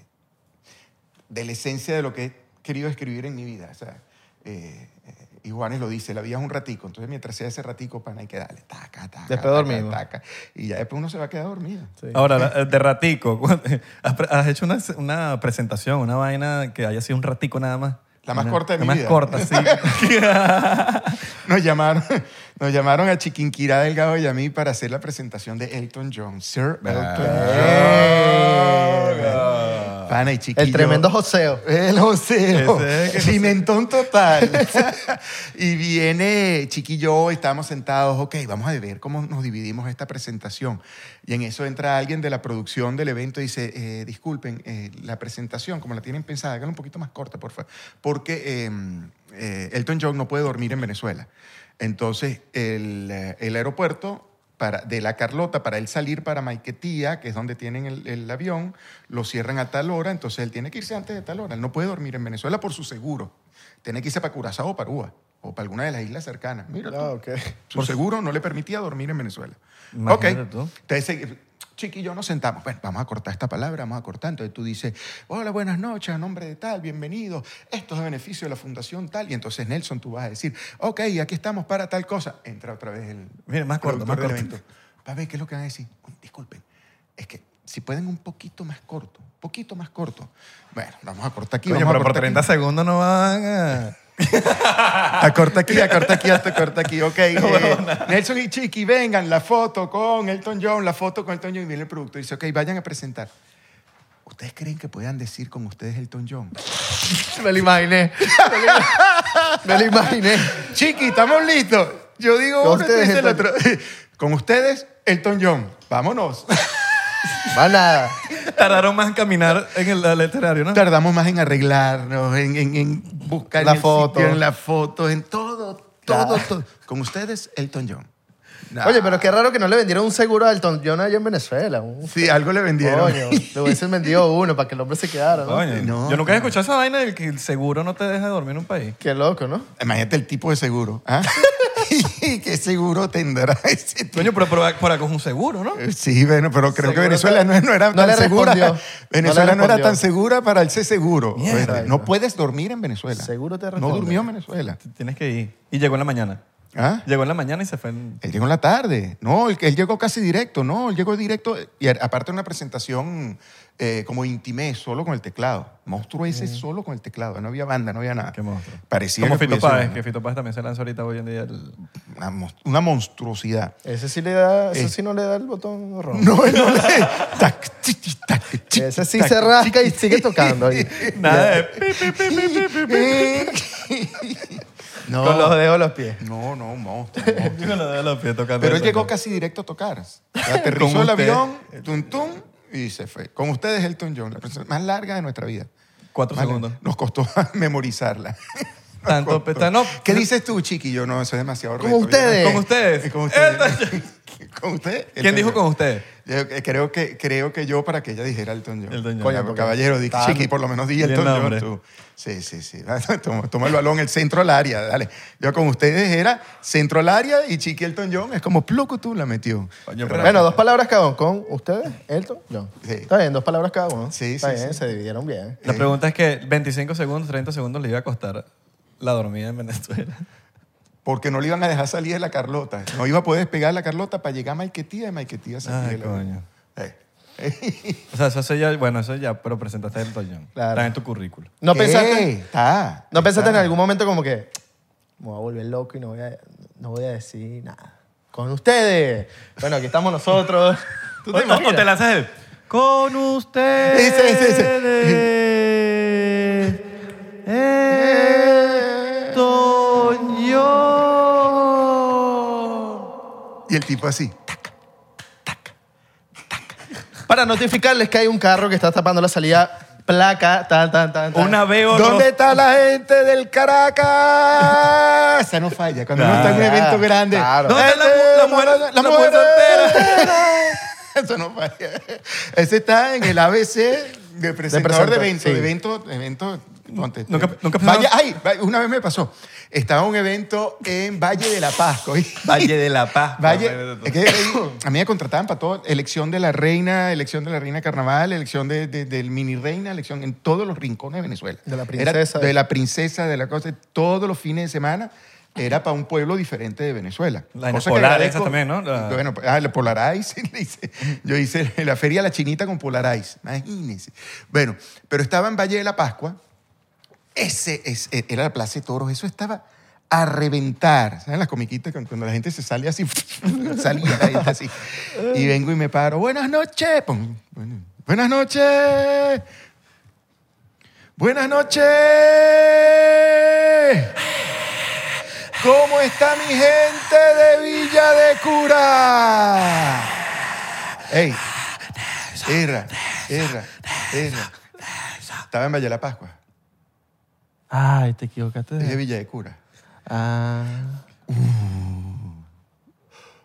Speaker 3: de la esencia de lo que he querido escribir en mi vida. o sea, eh, eh, y Juanes lo dice, la vida es un ratico. Entonces mientras sea ese ratico, pana, hay que darle taca, taca,
Speaker 1: Después
Speaker 3: taca,
Speaker 1: dormimos.
Speaker 3: taca. Y ya después uno se va a quedar dormido.
Speaker 2: Ahora, la- eh, de ratico, ¿has pre- ¿has hecho una, una presentación, una vaina que haya sido un ratico nada más?
Speaker 3: La más
Speaker 2: Una-
Speaker 3: corta de
Speaker 2: la
Speaker 3: mi
Speaker 2: más
Speaker 3: vida.
Speaker 2: corta, sí.
Speaker 3: Nos llamaron, nos llamaron a Chiquinquirá Delgado y a mí para hacer la presentación de Elton John. Sir Elton
Speaker 2: Ah.
Speaker 3: John. Pana y chiquillo.
Speaker 1: El tremendo joseo.
Speaker 3: El joseo.
Speaker 2: Ese es que no sé.
Speaker 3: Pimentón total. y viene Chiqui y yo, estamos sentados, ok, vamos a ver cómo nos dividimos esta presentación. Y en eso entra alguien de la producción del evento y dice, eh, disculpen, eh, la presentación, como la tienen pensada, háganla un poquito más corta, por favor, porque eh, eh, Elton John no puede dormir en Venezuela. Entonces, el, eh, el aeropuerto para, de La Carlota para él salir para Maiquetía, que es donde tienen el, el avión, lo cierran a tal hora, entonces él tiene que irse antes de tal hora. Él no puede dormir en Venezuela por su seguro. Tiene que irse para Curazao o para Cuba o para alguna de las islas cercanas. Mira,
Speaker 1: Ah,
Speaker 3: tú, su seguro no le permitía dormir en Venezuela.
Speaker 2: Imagínate
Speaker 3: ok.
Speaker 2: tú.
Speaker 3: Entonces, eh, Chiqui y yo nos sentamos. Bueno, vamos a cortar esta palabra, vamos a cortar. Entonces tú dices, hola, buenas noches, a nombre de tal, bienvenido. Esto es a beneficio de la fundación tal. Y entonces, Nelson, tú vas a decir, ok, aquí estamos para tal cosa. Entra otra vez el
Speaker 2: Mira, más corto,
Speaker 3: productor
Speaker 2: más
Speaker 3: del
Speaker 2: corto.
Speaker 3: evento. Va a ver qué es lo que van a decir. Disculpen, es que si pueden un poquito más corto, un poquito más corto. Bueno, vamos a cortar aquí.
Speaker 2: Coño,
Speaker 3: vamos a
Speaker 2: pero por
Speaker 3: cortar aquí.
Speaker 2: 30 segundos no van a...
Speaker 3: Acorta aquí, acorta aquí, acorta aquí. Ok. eh, Nelson y Chiqui, vengan, la foto con Elton John, la foto con Elton John. Y viene el producto y dice, ok, vayan a presentar. ¿Ustedes creen que puedan decir con ustedes Elton John?
Speaker 1: Me lo imaginé. Me lo imaginé.
Speaker 3: Chiqui, estamos listos. Yo digo
Speaker 1: Con
Speaker 3: uno, tú dices el
Speaker 1: ustedes,
Speaker 3: otro. Con ustedes, Elton John. Vámonos.
Speaker 1: Va nada.
Speaker 2: Tardaron más en caminar en el literario, ¿no?
Speaker 3: Tardamos más en arreglarnos, en, en- en buscar
Speaker 1: La
Speaker 3: en el sitio,
Speaker 1: foto.
Speaker 3: en las fotos, en todo, todo, todo. Con ustedes, Elton John. Nah.
Speaker 1: Oye, pero qué raro que no le vendieron un seguro a Elton John allá en Venezuela. Un
Speaker 3: Sí, algo le vendieron.
Speaker 1: coño. Le hubiesen vendido uno para que el hombre se quedara, ¿no?
Speaker 2: Coño,
Speaker 3: No,
Speaker 2: yo nunca he escuchado esa vaina del que el seguro no te deja dormir en un país.
Speaker 1: Qué loco, ¿no?
Speaker 3: Imagínate el tipo de seguro. ¿ah? ¿Qué seguro tendrá ese tipo?
Speaker 2: Coño, pero por, por acá es un seguro, ¿no?
Speaker 3: Eh, Sí, bueno, pero creo que
Speaker 1: Seguro
Speaker 3: Venezuela
Speaker 1: no-
Speaker 3: no, no era
Speaker 1: no le
Speaker 3: tan segura.
Speaker 1: respondió. No
Speaker 3: Venezuela
Speaker 1: le
Speaker 3: no, era
Speaker 1: respondió.
Speaker 3: tan segura para el C seguro.
Speaker 2: Mierda.
Speaker 3: Oye, no puedes dormir en Venezuela.
Speaker 1: Seguro te
Speaker 3: No
Speaker 1: responde.
Speaker 3: durmió en Venezuela.
Speaker 2: Tienes que ir. Y llegó en la mañana.
Speaker 3: ¿Ah?
Speaker 2: Llegó en la mañana y se fue. en-
Speaker 3: Él llegó en la tarde. No, él, él llegó casi directo. No, él llegó directo. Y a- aparte una presentación eh, como intimé, solo con el teclado. Monstruo ese solo con el teclado. No había banda, no había nada.
Speaker 2: Qué monstruo.
Speaker 3: Parecía
Speaker 2: Como
Speaker 3: que
Speaker 2: Fito
Speaker 3: tuviese
Speaker 2: Páez,
Speaker 3: una-
Speaker 2: que Fito Páez también se lanza ahorita hoy en día. el-
Speaker 3: una, mos- una monstruosidad.
Speaker 1: Ese sí le da, ese
Speaker 3: Eh.
Speaker 1: sí no le da el botón rojo.
Speaker 3: No, él no le... Tac, chiqui, tac, chiqui,
Speaker 1: Ese sí
Speaker 3: tac,
Speaker 1: se rasca y
Speaker 3: chiqui.
Speaker 1: sigue tocando. ahí.
Speaker 2: Nada de pi, pi, pi, pi, pi, pi, pi.
Speaker 3: no,
Speaker 1: Con los dedos a los pies.
Speaker 3: no, no, un monstruo. un monstruo.
Speaker 2: Con los dedos de los pies tocando
Speaker 3: Pero Ah, él
Speaker 2: eso,
Speaker 3: llegó
Speaker 2: ¿no?
Speaker 3: casi directo a tocar. Aterrizó
Speaker 2: Con
Speaker 3: el
Speaker 2: usted.
Speaker 3: avión, tum, tum, y se fue. Con ustedes, Elton John, la persona más larga de nuestra vida.
Speaker 2: Cuatro
Speaker 3: Vale,
Speaker 2: segundos.
Speaker 3: Nos costó memorizarla.
Speaker 2: Tanto, pe- tan- no,
Speaker 3: ¿Qué dices tú, chiquillo? No, eso es demasiado
Speaker 1: Como
Speaker 3: reto. Yo-
Speaker 1: ustedes.
Speaker 2: Con ustedes.
Speaker 3: Con ustedes.
Speaker 2: Elton
Speaker 3: ¿Con usted?
Speaker 2: ¿Quién
Speaker 3: Elton
Speaker 2: dijo
Speaker 3: John.
Speaker 2: con ustedes?
Speaker 3: Yo, eh, creo, que, creo que yo para que ella dijera Elton John.
Speaker 2: Elton John.
Speaker 3: Coño,
Speaker 1: Porque
Speaker 3: caballero, di
Speaker 1: tan-
Speaker 3: chiqui, por lo menos di
Speaker 2: Di el
Speaker 3: Elton John.
Speaker 2: nombre.
Speaker 3: tú. Sí, sí, sí. Ah, Toma, toma el balón, el centro al área, dale. Yo con ustedes era centro al área y chiqui Elton John es como pluco tú la metió.
Speaker 2: Coño, pero-
Speaker 1: Bueno, dos palabras cada uno. Con ustedes, Elton, John.
Speaker 3: Sí.
Speaker 1: Está bien, dos palabras cada uno.
Speaker 3: Sí,
Speaker 1: Está
Speaker 3: sí,
Speaker 1: bien,
Speaker 3: sí.
Speaker 1: se dividieron bien.
Speaker 3: Eh.
Speaker 2: La pregunta es que 25 segundos, 30 segundos le iba a costar la dormida en Venezuela.
Speaker 3: porque no le iban a dejar salir de la Carlota. No iba a poder despegar la Carlota para llegar a Maiquetía y Maiquetía se
Speaker 2: Ay,
Speaker 3: pide la-
Speaker 2: coño.
Speaker 3: Eh.
Speaker 2: O sea, eso sí ya, bueno, eso ya, pero presentaste el Toñón.
Speaker 1: Claro.
Speaker 2: Está en tu currículo.
Speaker 1: ¿No
Speaker 3: ¿Qué?
Speaker 1: pensaste,
Speaker 3: Eh, Está,
Speaker 1: ¿No pensaste en
Speaker 3: está.
Speaker 1: algún momento como que me voy a volver loco y no voy a, no voy a decir nada? Con ustedes. Bueno, aquí estamos nosotros. ¿Tú
Speaker 2: O- o- o, te lanzas el. Con ustedes.
Speaker 3: Ese, ese,
Speaker 2: el Toñón.
Speaker 3: Y el tipo así.
Speaker 1: Para notificarles que hay un carro que está tapando la salida, placa, tan, tan, tan. tan.
Speaker 2: Una veo
Speaker 3: ¿Dónde está la gente del Caracas? Esa no falla. Cuando uno está en un
Speaker 1: Claro.
Speaker 3: evento grande.
Speaker 1: Ah, Claro. Eh,
Speaker 2: ¿Dónde está la- la mujer- la mujer
Speaker 3: Eso no falla. Ese está en el ABC de presentador de,
Speaker 1: presentador,
Speaker 3: eventos.
Speaker 1: sí.
Speaker 3: Evento, evento, ponte.
Speaker 2: Nunca- nunca pensaron-
Speaker 3: Vaya, ay, va- una vez me pasó. Estaba en un evento en Valle de la Paz. coño.
Speaker 2: Valle de la Paz.
Speaker 3: Valle,
Speaker 2: No,
Speaker 3: es que a mí me contrataban para todo, elección de la reina, elección de la reina carnaval, elección de- de- del mini reina, elección en todos los rincones de Venezuela.
Speaker 1: De la
Speaker 3: Era
Speaker 1: princesa.
Speaker 3: de la princesa, de la cosa, todos los fines de semana era para un pueblo diferente de Venezuela.
Speaker 2: La
Speaker 3: Cosa
Speaker 2: Polar,
Speaker 3: agradezco.
Speaker 2: esa también, ¿no? La-
Speaker 3: Bueno, ah, la Polarize, le hice- yo hice la feria La Chinita con Polarize, imagínense. Bueno, pero estaba en Valle de la Pascua, ese es- e, era la Plaza de Toros, eso estaba a reventar. ¿Saben las comiquitas cuando- cuando la gente se sale así? Salía la gente así. Y vengo y me paro. Buenas noches. Pum, bueno, Buenas noches. Buenas noches. ¿Cómo está mi gente de Villa de Cura? ¡Ey! Erra, erra, erra. Estaba en Valle de la Pascua.
Speaker 2: Ay, te equivocaste.
Speaker 3: Es de Villa de Cura. Uh.
Speaker 1: Ah.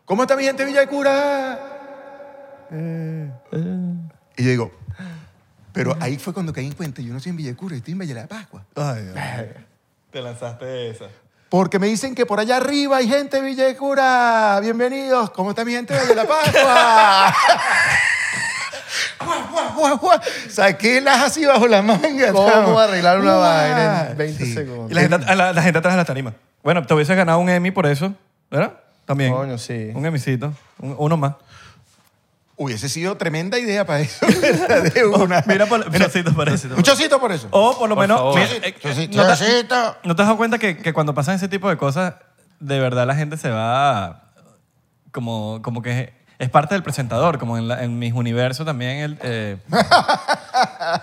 Speaker 3: ¿Cómo está mi gente de Villa de Cura?
Speaker 2: Eh.
Speaker 3: Y yo digo, pero ahí fue cuando caí en cuenta, yo no estoy en Villa de Cura, estoy en Valle de la Pascua.
Speaker 2: Te lanzaste esa.
Speaker 3: Porque me dicen que por allá arriba hay gente de Villa de Cura. Bienvenidos. ¿Cómo está mi gente de Valle de la Pascua? Guau, guau, guau, guau. Saqué las así bajo la manga.
Speaker 1: ¿Cómo
Speaker 3: chamo.
Speaker 1: arreglar una
Speaker 3: Guau.
Speaker 1: vaina en 20
Speaker 3: Sí.
Speaker 1: segundos?
Speaker 2: Y la gente, a la, la gente atrás de la tarima. Bueno, te hubieses ganado un Emmy por eso, ¿verdad? También.
Speaker 1: Coño, sí.
Speaker 2: Un Emmycito. un- uno más.
Speaker 3: Hubiese sido tremenda idea para eso. ¿verdad? De una.
Speaker 2: Oh, Mira, Oh, por, mira, sí, te parece.
Speaker 3: Un chocito por eso.
Speaker 2: O por lo menos.
Speaker 1: Oh.
Speaker 4: favor.
Speaker 2: mira, eh, eh, ¿no, te, no te has dado cuenta que, que cuando pasan ese tipo de cosas, de verdad la gente se va como, como que es, es parte del presentador, como en, la- en mis universos también. El, eh,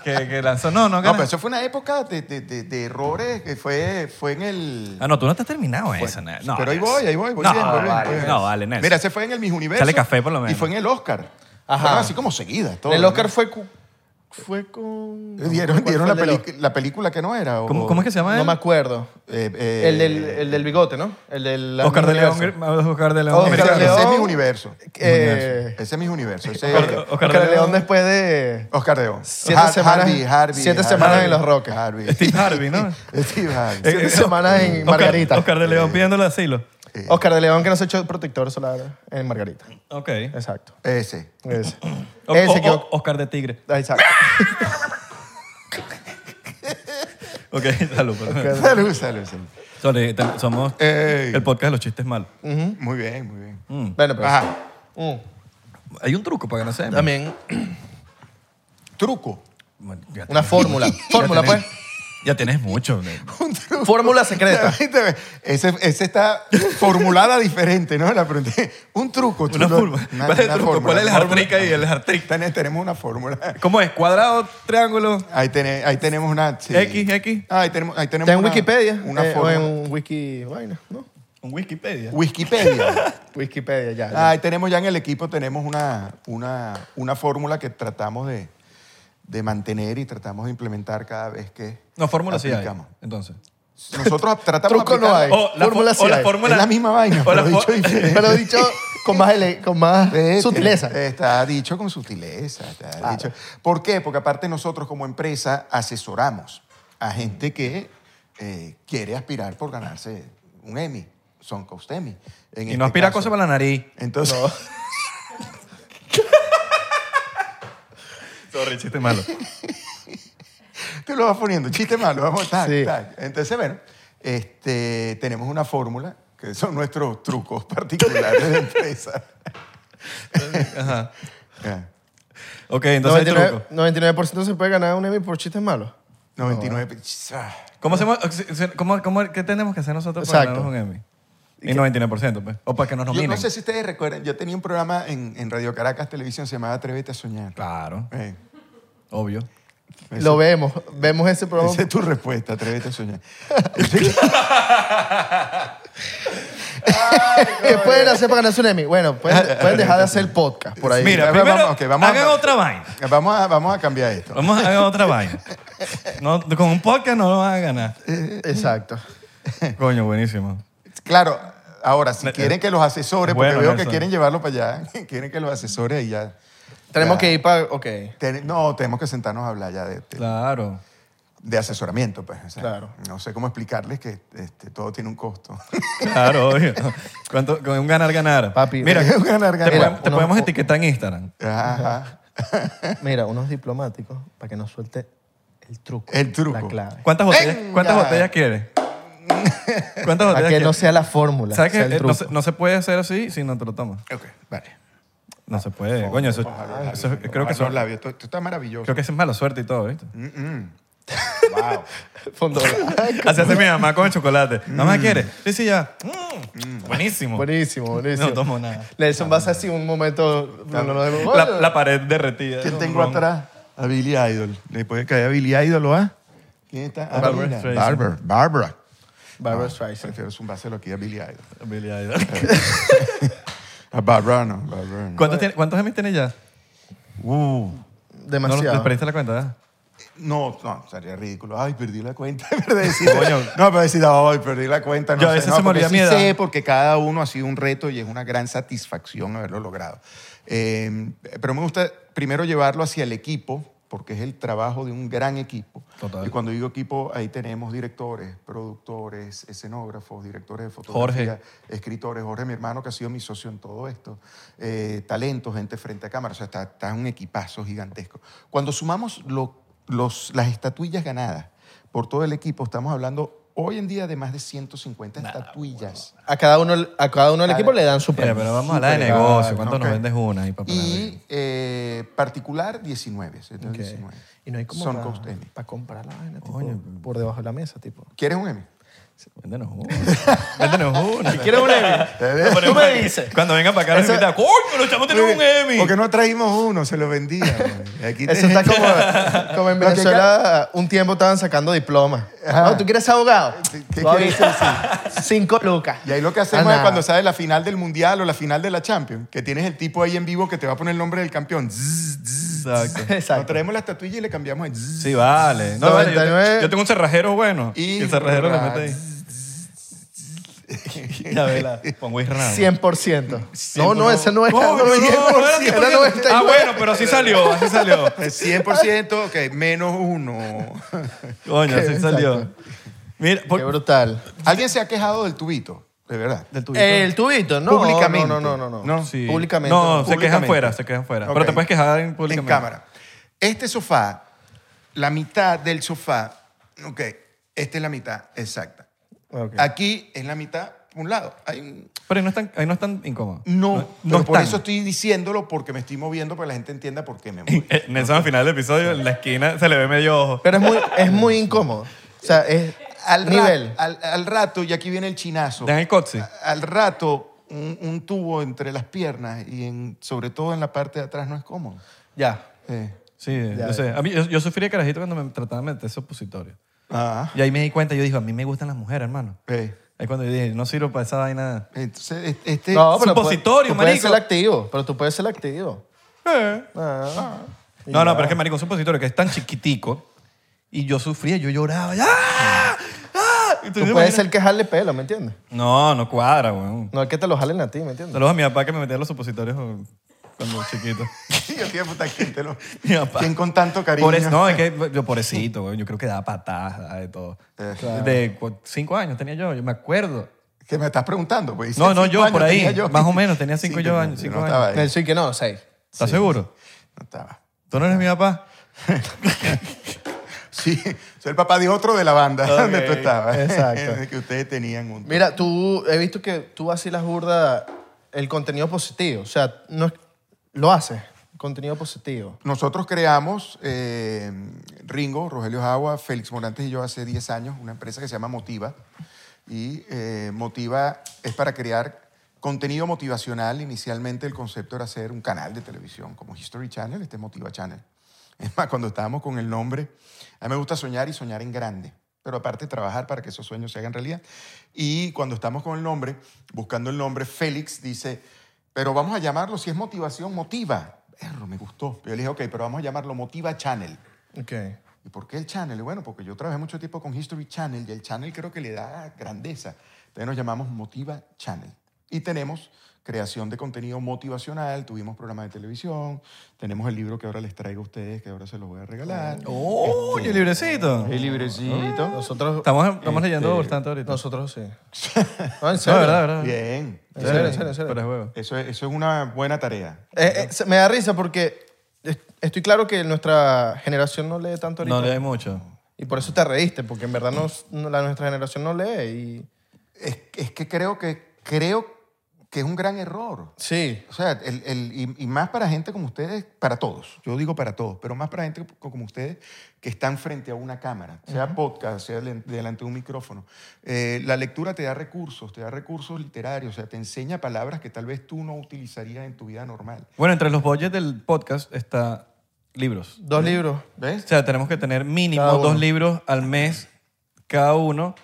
Speaker 2: que, que lanzó. No, no,
Speaker 3: No,
Speaker 2: ganas.
Speaker 3: pero eso fue una época de, de- de- de errores que fue, fue en el.
Speaker 2: Ah, no, tú no te has terminado esa. Nel. No,
Speaker 3: pero ahí
Speaker 2: Nels.
Speaker 3: voy, ahí voy, voy
Speaker 2: no,
Speaker 3: bien, voy bien,
Speaker 2: vale,
Speaker 3: voy bien.
Speaker 2: No, vale, Nels.
Speaker 3: Mira, ese fue en el Mis Universo.
Speaker 2: Dale café, por lo menos.
Speaker 3: Y fue en el Oscar.
Speaker 1: Ajá.
Speaker 3: Fueron así como seguidas. todo,
Speaker 1: El
Speaker 3: ¿no?
Speaker 1: Oscar fue, cu- fue con...
Speaker 3: Le Dieron,
Speaker 1: ¿cuál fue
Speaker 3: dieron la,
Speaker 1: el del
Speaker 3: pelic- la película que no era. o-
Speaker 2: ¿Cómo, cómo es que se llama
Speaker 1: Oscar? No
Speaker 2: él?
Speaker 1: me acuerdo.
Speaker 3: Eh, eh,
Speaker 1: El del, el del bigote, ¿no? El del...
Speaker 2: Oscar de León.
Speaker 1: Universo.
Speaker 2: gr- Oscar de León.
Speaker 1: Oscar
Speaker 3: Ese
Speaker 1: de León.
Speaker 3: es mi universo.
Speaker 1: Eh,
Speaker 3: Ese es mi universo. Ese
Speaker 1: Oscar,
Speaker 2: Oscar-
Speaker 1: Oscar
Speaker 2: Oscar
Speaker 1: de León después de...
Speaker 3: Oscar León.
Speaker 1: Siete
Speaker 3: Har-
Speaker 1: semanas-
Speaker 3: Harvey, Harvey,
Speaker 1: siete
Speaker 3: Harvey.
Speaker 1: semanas en Los Roques.
Speaker 3: Harvey.
Speaker 2: Steve Harvey, Eh, ¿no?
Speaker 3: Steve Harvey.
Speaker 1: Siete semanas en
Speaker 2: Oscar-
Speaker 1: Margarita.
Speaker 2: Oscar de León pidiéndole asilo.
Speaker 3: Eh,
Speaker 1: Oscar de León que no se echó protector solar en Margarita.
Speaker 2: Ok.
Speaker 1: Exacto.
Speaker 3: Ese.
Speaker 1: Ese.
Speaker 2: O-
Speaker 1: Ese
Speaker 2: o-
Speaker 1: que...
Speaker 2: o- Oscar de Tigre.
Speaker 1: Ah, Exacto.
Speaker 2: Ok, salud. perdón.
Speaker 1: Oscar-
Speaker 3: Salud, salud, salud.
Speaker 2: Sorry, te- somos
Speaker 3: Ey.
Speaker 2: el podcast de los chistes malos.
Speaker 3: Muy bien, muy bien.
Speaker 1: Bueno, pero.
Speaker 3: Ajá.
Speaker 1: Mm.
Speaker 2: Hay un truco para que no se vea.
Speaker 1: También
Speaker 3: Truco.
Speaker 2: Bueno, ya
Speaker 1: una
Speaker 2: tienes-
Speaker 1: fórmula. Fórmula,
Speaker 2: ya
Speaker 1: pues.
Speaker 2: tienes- Ya tienes mucho. ne-
Speaker 3: Un truco.
Speaker 1: Fórmula secreta.
Speaker 3: Ese, ese está formulada diferente, ¿no? La pregunta. Un truco. tú
Speaker 2: Una
Speaker 3: lo-
Speaker 2: fórmula.
Speaker 3: una-
Speaker 2: ¿Cuál es el
Speaker 3: una
Speaker 2: truco?
Speaker 3: fórmula.
Speaker 2: ¿Cuál es la artrica y el artric?
Speaker 3: Ten- Tenemos una fórmula.
Speaker 2: ¿Cómo es? ¿Cuadrado, triángulo?
Speaker 3: Ahí, tene- ahí tenemos una. sí.
Speaker 2: X, X.
Speaker 3: Ah, ahí tenemos, ahí tenemos
Speaker 1: Está en
Speaker 3: una-
Speaker 1: Wikipedia.
Speaker 3: Una
Speaker 1: eh, o
Speaker 3: fórmula.
Speaker 1: en Wiki. Vaina, ¿no?
Speaker 2: ¿Un Wikipedia?
Speaker 3: Wikipedia.
Speaker 1: Wikipedia, ya. ya.
Speaker 3: Ah, ahí tenemos ya en el equipo tenemos una, una, una fórmula que tratamos de, de mantener y tratamos de implementar cada vez que
Speaker 2: No, fórmula sí hay.
Speaker 3: aplicamos. Eh,
Speaker 2: Entonces.
Speaker 3: Nosotros tratamos
Speaker 1: Truco no
Speaker 3: aplicarla-
Speaker 1: hay. Fórmula
Speaker 2: fo-
Speaker 1: sí
Speaker 2: o la
Speaker 1: hay.
Speaker 2: fórmula.
Speaker 3: Es la misma vaina,
Speaker 2: o
Speaker 3: pero
Speaker 2: la
Speaker 3: dicho
Speaker 2: fo-
Speaker 3: diferente.
Speaker 1: Pero dicho con más, ele- con más
Speaker 3: Vete. Eh,
Speaker 1: sutileza.
Speaker 3: Está Este, dicho con sutileza. está dicho. ¿Por qué? Porque aparte nosotros como empresa asesoramos a gente que eh, quiere aspirar por ganarse un Emmy, son Coast Emmy. En
Speaker 2: Y
Speaker 3: este
Speaker 2: no aspira
Speaker 3: caso.
Speaker 2: cosas para la nariz.
Speaker 3: Entonces,
Speaker 2: Sorry, chiste malo.
Speaker 3: tú lo vas poniendo, chiste malo, vamos, tac,
Speaker 1: Sí.
Speaker 3: tac. Entonces, bueno, este, tenemos una fórmula que son nuestros trucos particulares de empresa.
Speaker 2: Ajá.
Speaker 3: Ya.
Speaker 2: Ok, entonces hay
Speaker 1: 99%,
Speaker 2: truco.
Speaker 1: 99% se puede ganar un Emmy por chistes malos.
Speaker 3: 99.
Speaker 2: ¿Cómo hacemos, cómo, cómo- ¿Qué tenemos que hacer nosotros para
Speaker 1: Exacto.
Speaker 2: ganarnos un Emmy? Y 99%, pues. O para que nos
Speaker 3: Yo
Speaker 2: nominen.
Speaker 3: no sé si ustedes recuerdan, yo tenía un programa en, en Radio Caracas Televisión, se llamaba Atrévete a Soñar.
Speaker 2: Claro,
Speaker 3: Eh,
Speaker 2: obvio.
Speaker 3: ese-
Speaker 1: Lo vemos. Vemos ese programa.
Speaker 3: Esa es tu respuesta, atrévete a soñar.
Speaker 1: ¿Qué Eh, pueden hacer para ganarse un Emmy? Bueno, pueden, pueden dejar de hacer podcast por ahí.
Speaker 2: Mira,
Speaker 3: va-
Speaker 2: primero,
Speaker 3: vamos, ok, vamos a-
Speaker 2: hagan otra vaina.
Speaker 3: Vamos a, vamos a cambiar esto.
Speaker 2: Vamos a hagan otra vaina. No, con un podcast no lo van a ganar.
Speaker 1: Exacto.
Speaker 2: Coño, buenísimo.
Speaker 3: Claro, ahora, si quieren que los asesores, porque
Speaker 2: eh, Bueno,
Speaker 3: veo que
Speaker 2: Nelson.
Speaker 3: quieren llevarlo para allá, quieren que los asesores y ya.
Speaker 1: Tenemos
Speaker 3: ya.
Speaker 1: que ir para. Ok.
Speaker 3: Ten- no, tenemos que sentarnos a hablar ya de, de-
Speaker 2: Claro.
Speaker 3: de asesoramiento, pues. o sea,
Speaker 1: Claro.
Speaker 3: No sé cómo explicarles que este, todo tiene un costo.
Speaker 2: Claro, obvio. ¿Cuánto, con un ganar, ganar.
Speaker 1: Papi,
Speaker 2: Mira,
Speaker 3: un ganar, ganar.
Speaker 2: Te, podemos- te
Speaker 1: Uno-
Speaker 2: podemos etiquetar en Instagram.
Speaker 3: Ajá.
Speaker 1: Mira, unos diplomáticos para que nos suelte el truco.
Speaker 3: El truco.
Speaker 1: La clave.
Speaker 2: ¿Cuántas botellas,
Speaker 3: Venga.
Speaker 2: ¿cuántas botellas quieres? ¿Cuántas botellas
Speaker 1: Para que
Speaker 2: quieres?
Speaker 1: no sea la fórmula.
Speaker 2: ¿Sabes que
Speaker 1: sea el
Speaker 2: eh,
Speaker 1: truco.
Speaker 2: no, se, no se puede hacer así si no te lo tomas?
Speaker 3: Ok, vale.
Speaker 2: No se puede. Coño, eso, eso- creo, que eso,
Speaker 3: son labios. Tú, tú estás maravilloso.
Speaker 2: creo que eso es mala suerte y todo, ¿viste?
Speaker 3: Mm. Wow.
Speaker 1: Fondo blanco.
Speaker 2: Así hace mi mamá con el chocolate. ¿Mamá quiere? Sí, sí, ya. Mm, buenísimo.
Speaker 1: buenísimo, buenísimo.
Speaker 2: No tomo nada.
Speaker 1: Nelson va a ser así un momento. No, no, no,
Speaker 2: La, la pared derretida.
Speaker 3: ¿Quién
Speaker 2: ¿no?
Speaker 3: tengo
Speaker 2: Ron.
Speaker 3: atrás? A Billy Idol. ¿Le puede caer a Billy Idol o a? ¿Quién está? Ah,
Speaker 2: Barbra
Speaker 3: mira.
Speaker 2: Streisand.
Speaker 3: Barbra. Barbara.
Speaker 1: Barbara Streisand.
Speaker 3: Prefiero zumbárselo aquí a Billy Idol.
Speaker 2: Billy Idol.
Speaker 3: A Barbara no. Barbara no.
Speaker 2: ¿Cuántos, tiene, ¿Cuántos Emmys tiene ya? Uh, no,
Speaker 1: Demasiado.
Speaker 2: ¿Les perdiste la cuenta? ¿verdad?
Speaker 3: No, no, sería ridículo. Ay, perdí la cuenta. Pero decir-
Speaker 2: Coño.
Speaker 3: no, pero decir, ay, perdí la cuenta. No
Speaker 2: Yo a
Speaker 3: sé,
Speaker 2: veces
Speaker 3: no,
Speaker 2: se me
Speaker 3: porque
Speaker 2: olvida
Speaker 3: sí
Speaker 2: mi edad.
Speaker 3: sé, porque cada uno ha sido un reto y es una gran satisfacción haberlo logrado. Eh, pero me gusta primero llevarlo hacia el equipo, porque es el trabajo de un gran equipo.
Speaker 2: Total.
Speaker 3: Y cuando digo equipo, ahí tenemos directores, productores, escenógrafos, directores de fotografía,
Speaker 2: Jorge.
Speaker 3: escritores, Jorge, mi hermano, que ha sido mi socio en todo esto, eh, talentos, gente frente a cámara, o sea, está, está un equipazo gigantesco. Cuando sumamos lo- los, las estatuillas ganadas por todo el equipo, estamos hablando hoy en día de más de 150 estatuillas.
Speaker 1: A cada uno, a cada uno del equipo le dan su
Speaker 2: Ah, Mira,
Speaker 1: premio.
Speaker 2: pero vamos a hablar de
Speaker 3: Super
Speaker 2: negocio.
Speaker 3: barato,
Speaker 2: ¿Cuánto nos
Speaker 3: ok.
Speaker 2: vendes una ahí, papá?
Speaker 3: Y eh, particular, 19. entonces,
Speaker 1: Ok.
Speaker 3: 19.
Speaker 1: Y no hay como
Speaker 3: Son
Speaker 1: para,
Speaker 3: Coast Emmy.
Speaker 1: para comprar la vaina, tipo,
Speaker 2: Coño.
Speaker 1: por debajo de la mesa, tipo.
Speaker 3: ¿Quieres un Emmy?
Speaker 2: Véndenos una. Véndenos una. Si
Speaker 1: ¿Quieres un
Speaker 3: Tú
Speaker 1: Emmy? Tú me dices.
Speaker 2: Cuando vengan para acá, les
Speaker 1: Eso-
Speaker 2: invitan. ¡Coño, los chamos tienen un Emmy!
Speaker 3: Porque no trajimos uno, se lo vendía. güey. Aquí
Speaker 1: Eso está como, como en
Speaker 3: Lo que
Speaker 1: Venezuela, un tiempo estaban sacando diplomas.
Speaker 3: Ajá.
Speaker 1: No, ¿Tú quieres ser abogado?
Speaker 3: Sí, ¿qué
Speaker 1: Tú
Speaker 3: quieres
Speaker 1: avisas, sí. Cinco lucas.
Speaker 3: Y ahí lo que
Speaker 1: A
Speaker 3: hacemos es
Speaker 1: nada.
Speaker 3: cuando sale la final del Mundial o la final de la Champions, que tienes el tipo ahí en vivo que te va a poner el nombre del campeón. Zzz, zzz,
Speaker 2: Exacto.
Speaker 3: zzz.
Speaker 1: Exacto.
Speaker 3: Nos traemos la estatuilla y le cambiamos el zzz.
Speaker 2: Sí, vale. No, vale, yo te- yo,
Speaker 1: 99.
Speaker 2: tengo un cerrajero bueno. Y
Speaker 3: Y-
Speaker 2: el cerrajero le mete ahí. Ya vela. Con Luis Ramos.
Speaker 1: 100%. No, no, ese no es.
Speaker 2: Coño, no, no, era
Speaker 1: 100%. Era
Speaker 2: 100%.
Speaker 1: 99.
Speaker 2: Ah, bueno, pero así salió, así salió.
Speaker 3: El 100%, ok, menos uno.
Speaker 2: Coño, así
Speaker 1: Exacto.
Speaker 2: salió. Mira, por-
Speaker 1: Qué brutal.
Speaker 3: ¿Alguien se ha quejado del tubito? De verdad. Eh,
Speaker 2: del tubito.
Speaker 1: El tubito, no.
Speaker 3: Públicamente.
Speaker 1: No, no, no. no,
Speaker 3: No,
Speaker 2: Sí.
Speaker 1: Públicamente.
Speaker 2: No, se quejan
Speaker 3: Públicamente.
Speaker 2: fuera, se quejan fuera. Pero
Speaker 3: Ok.
Speaker 2: te puedes quejar en
Speaker 3: En
Speaker 2: públicamente.
Speaker 3: cámara. Este sofá, la mitad del sofá, ok, esta es la mitad exacta.
Speaker 2: Ok.
Speaker 3: Aquí es la mitad, un lado. Hay un-
Speaker 2: Ah, Pero ahí no están, ahí no están incómodos.
Speaker 3: No, pero por
Speaker 2: están.
Speaker 3: eso estoy diciéndolo, porque me estoy moviendo para que la gente entienda por qué me muevo.
Speaker 2: Eh, Nelson al final del episodio, en la esquina, se le ve medio ojo.
Speaker 1: Pero es muy, es muy incómodo. O sea, es
Speaker 3: Al
Speaker 1: al
Speaker 3: ra-
Speaker 1: nivel.
Speaker 3: al, al rato, y aquí viene el chinazo.
Speaker 2: Dan el coxi.
Speaker 3: A- Al rato, un, un tubo entre las piernas y en- sobre todo en la parte de atrás no es cómodo.
Speaker 1: Ya.
Speaker 3: Eh,
Speaker 2: Sí,
Speaker 1: Ya,
Speaker 2: yo sé. A mí, yo, yo sufrí de carajito cuando me trataban de meter supositorio.
Speaker 3: ah,
Speaker 2: Y ahí me di cuenta, yo dije, a mí me gustan las mujeres, hermano.
Speaker 3: eh.
Speaker 2: Ahí cuando yo dije, no sirvo para esa vaina.
Speaker 3: Entonces, es- este...
Speaker 1: No, pero puedes,
Speaker 2: Supositorio,
Speaker 1: tú puedes
Speaker 2: marico.
Speaker 1: ser activo, pero tú puedes ser activo. Ah.
Speaker 2: No, no, pero es que marico, un supositorio que es tan chiquitico y yo sufría, yo lloraba. ¡Ah! ¡Ah! Y tú
Speaker 1: Tú puedes
Speaker 2: te imaginas-
Speaker 1: ser que jale pelo, ¿me entiendes?
Speaker 2: No, no cuadra, weón.
Speaker 1: No es que te lo jalen a ti, ¿me entiendes?
Speaker 2: Saludos a mi papá que me metía los supositorios cuando chiquito.
Speaker 3: Yo te iba a preguntar, ¿quién te lo-
Speaker 2: Mi papá.
Speaker 3: ¿Quién con tanto cariño?
Speaker 2: Pobre- no, eh. es que yo pobrecito, weón. Yo creo que daba patadas, daba de todo.
Speaker 3: Eh,
Speaker 2: De cu- cinco años tenía yo, yo me acuerdo.
Speaker 3: que me estás preguntando. Pues,
Speaker 2: No, no,
Speaker 3: cinco
Speaker 2: yo,
Speaker 3: años
Speaker 2: por ahí,
Speaker 3: tenía
Speaker 2: más o menos, tenía cinco yo
Speaker 3: no,
Speaker 2: años, cinco
Speaker 3: no estaba ahí,
Speaker 1: Nelson, que no, seis.
Speaker 2: ¿Estás seguro?
Speaker 3: no estaba.
Speaker 2: ¿Tú no eres mi papá?
Speaker 3: Sí, soy el papá de otro de la banda donde
Speaker 2: Ok,
Speaker 3: tú estabas.
Speaker 1: exacto.
Speaker 3: que ustedes tenían un...
Speaker 1: Mira, tú, he visto que tú las burda el contenido positivo. O sea, no, es- lo haces, contenido positivo.
Speaker 3: Nosotros creamos, eh, Ringo, Rogelio Jagua, Félix Morantes y yo hace 10 años, una empresa que se llama Motiva. Y eh, Motiva es para crear contenido motivacional. Inicialmente el concepto era hacer un canal de televisión como History Channel, este es Motiva Channel. Es más, cuando estábamos con el nombre, a mí me gusta soñar y soñar en grande, pero aparte trabajar para que esos sueños se hagan realidad. Y cuando estamos con el nombre, buscando el nombre, Félix dice, pero vamos a llamarlo, si es motivación, motiva. Erro, me gustó. Yo le dije, ok, pero vamos a llamarlo Motiva Channel.
Speaker 1: Ok.
Speaker 3: ¿Y por qué el Channel? Y Bueno, porque yo trabajé mucho tiempo con History Channel y el Channel creo que le da grandeza. Entonces nos llamamos Motiva Channel. Y tenemos creación de contenido motivacional, tuvimos programas de televisión, tenemos el libro que ahora les traigo a ustedes, que ahora se los voy a regalar. Este,
Speaker 2: ¡Oh, el librecito!
Speaker 3: El librecito.
Speaker 1: Nosotros,
Speaker 2: Estamos, estamos
Speaker 3: Este,
Speaker 2: leyendo bastante ahorita.
Speaker 1: nosotros sí. No, en
Speaker 2: No,
Speaker 1: serio.
Speaker 2: de verdad, de verdad.
Speaker 3: Bien.
Speaker 1: En serio, en serio, en serio.
Speaker 2: Pero es huevo.
Speaker 3: Eso es, eso es una buena tarea.
Speaker 1: Eh, eh, se- me da risa porque es- estoy claro que nuestra generación no lee tanto ahorita.
Speaker 2: No le hay mucho.
Speaker 1: Y por eso te reíste, porque en verdad no, no- la, nuestra generación no lee. Y,
Speaker 3: Es, es que creo que creo que es un gran error.
Speaker 1: sí.
Speaker 3: O sea, el- el- y, y más para gente como ustedes, para todos, yo digo para todos, pero más para gente co- como ustedes que están frente a una cámara, sea podcast, sea len- delante de un micrófono. Eh, la lectura te da recursos, te da recursos literarios, o sea, te enseña palabras que tal vez tú no utilizarías en tu vida normal.
Speaker 2: Bueno, entre los budgets del podcast está libros.
Speaker 1: Dos libros.
Speaker 3: ¿Ves?
Speaker 2: O sea, tenemos que tener mínimo
Speaker 1: Cada uno.
Speaker 2: dos libros al mes, cada uno,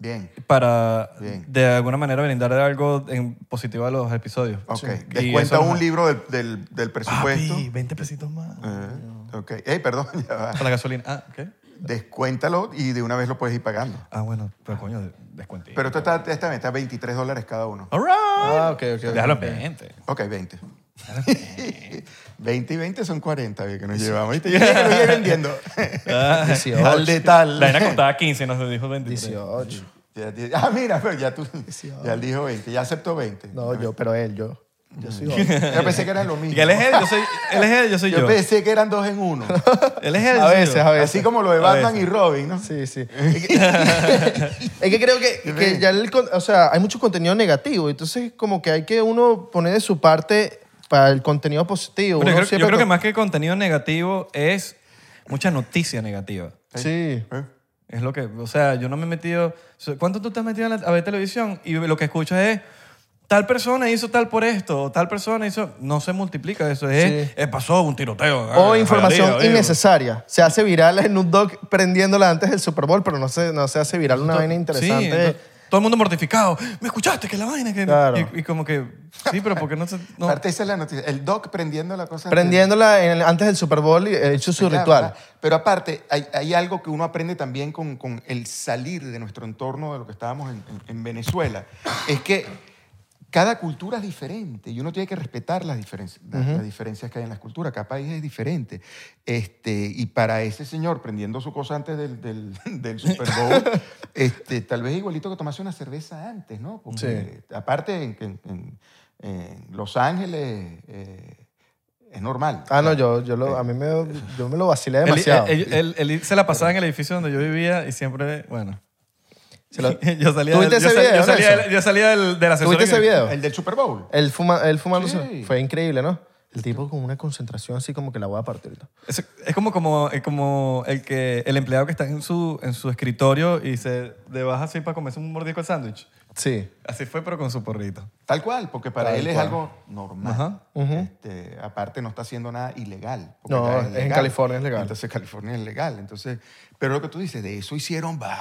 Speaker 3: Bien.
Speaker 2: para
Speaker 3: Bien.
Speaker 2: de alguna manera brindar algo en positivo a los episodios.
Speaker 3: Ok.
Speaker 2: Y
Speaker 3: Descuenta
Speaker 2: eso nos-
Speaker 3: un libro del, del- del presupuesto.
Speaker 2: Papi, 20 pesitos más.
Speaker 3: Eh, ok. Ey, perdón, ya va.
Speaker 2: Para la gasolina. Ah, ¿qué?
Speaker 3: Descuéntalo y de una vez lo puedes ir pagando.
Speaker 2: Ah, bueno, pero coño, de- descuentito.
Speaker 3: Pero esto está, está, está a 23 dólares cada uno.
Speaker 2: All right.
Speaker 1: Ah, ok, ok. ok.
Speaker 2: Déjalo en 20.
Speaker 3: Ok, 20. 20 y 20 son 40 que nos llevamos. ¿Viste? Yo ya lo iba vendiendo.
Speaker 1: Dieciocho.
Speaker 3: Al de tal.
Speaker 2: La vaina costaba 15, nos dijo 23.
Speaker 1: 18.
Speaker 3: Ya te- Ah, mira, pero ya tú. Ya él dijo 20. Ya aceptó 20.
Speaker 1: ah. No, yo, pero él, yo. Yo soy otro.
Speaker 3: Yo pensé que eran lo mismo.
Speaker 2: Y él es él, yo soy, él es él, yo soy
Speaker 3: Yo
Speaker 2: yo.
Speaker 3: pensé que eran dos en uno.
Speaker 2: Él es él, yo
Speaker 1: A
Speaker 2: soy
Speaker 1: veces,
Speaker 2: yo.
Speaker 1: a veces.
Speaker 3: Así como lo de
Speaker 2: A
Speaker 3: Batman
Speaker 2: veces.
Speaker 3: y Robin, ¿no?
Speaker 1: Sí, sí. es que creo que, que ya el con- o sea, hay mucho contenido negativo, entonces como que hay que uno poner de su parte para el contenido positivo.
Speaker 2: Bueno, yo,
Speaker 1: Uno
Speaker 2: creo, yo
Speaker 1: siempre
Speaker 2: creo que
Speaker 1: to-
Speaker 2: más que contenido negativo es mucha noticia negativa.
Speaker 1: Sí.
Speaker 3: ¿Eh?
Speaker 2: Es lo que, o sea, yo no me he metido. ¿Cuánto tú te has metido a, la- a ver televisión y lo que escuchas es tal persona hizo tal por esto, o tal persona hizo. No se multiplica eso. Es,
Speaker 1: Sí.
Speaker 2: eh, pasó un tiroteo.
Speaker 1: O
Speaker 2: eh,
Speaker 1: información
Speaker 2: jodido, digo.
Speaker 1: innecesaria. Se hace viral en un doc prendiéndola antes del Super Bowl, pero no se, no se hace viral una vaina
Speaker 2: Sí,
Speaker 1: interesante.
Speaker 2: entonces, todo el mundo mortificado. ¿Me escuchaste? Que la vaina. Que...
Speaker 1: Claro.
Speaker 2: Y, y como que. Sí, pero porque no se. no?
Speaker 3: Aparte, esa es la noticia. El doc prendiendo la cosa.
Speaker 1: prendiéndola en el- antes del Super Bowl y eh, hecho su
Speaker 3: Claro,
Speaker 1: ritual.
Speaker 3: claro. Pero aparte, hay, hay algo que uno aprende también con, con el salir de nuestro entorno, de lo que estábamos en, en- en Venezuela, es que cada cultura es diferente y uno tiene que respetar las diferencias, las, las diferencias que hay en las culturas. Cada país es diferente. Este, y para ese señor, prendiendo su cosa antes del, del- del Super Bowl, este, tal vez igualito que tomase una cerveza antes, ¿no? Porque aparte, en, en- en- en Los Ángeles... eh, es normal.
Speaker 1: Ah, no, yo, yo, lo, a mí me, yo me lo vacilé
Speaker 2: Él-
Speaker 1: demasiado.
Speaker 2: Él, él- él- él se la pasaba en el edificio donde yo vivía y siempre, bueno,
Speaker 1: Se lo-
Speaker 2: Yo salía,
Speaker 1: ¿Tú viste
Speaker 2: del- yo
Speaker 1: ese
Speaker 2: sal-
Speaker 1: video,
Speaker 2: yo salía
Speaker 1: Nelson?
Speaker 2: del- yo salía del, del ascensor.
Speaker 1: ¿Tuviste
Speaker 2: y que-
Speaker 1: ese video?
Speaker 3: El del Super Bowl.
Speaker 1: Él, fuma, él fumándose.
Speaker 3: Sí.
Speaker 1: Fue increíble, ¿no? El tipo con una concentración así como que la voy a partir. ¿no?
Speaker 2: Es, es como, como, es como el, que, el empleado que está en su, en su escritorio y se de baja así para comerse un mordisco el sándwich.
Speaker 1: Sí.
Speaker 2: Así fue, pero con su porrito.
Speaker 3: Tal cual, porque para
Speaker 1: Tal
Speaker 3: él es
Speaker 1: cual.
Speaker 3: algo normal.
Speaker 2: Ajá.
Speaker 3: Este, aparte no está haciendo nada ilegal. porque
Speaker 1: No,
Speaker 3: ya
Speaker 1: es en California es legal.
Speaker 3: Entonces California es legal. Entonces, pero lo que tú dices, de eso hicieron bah,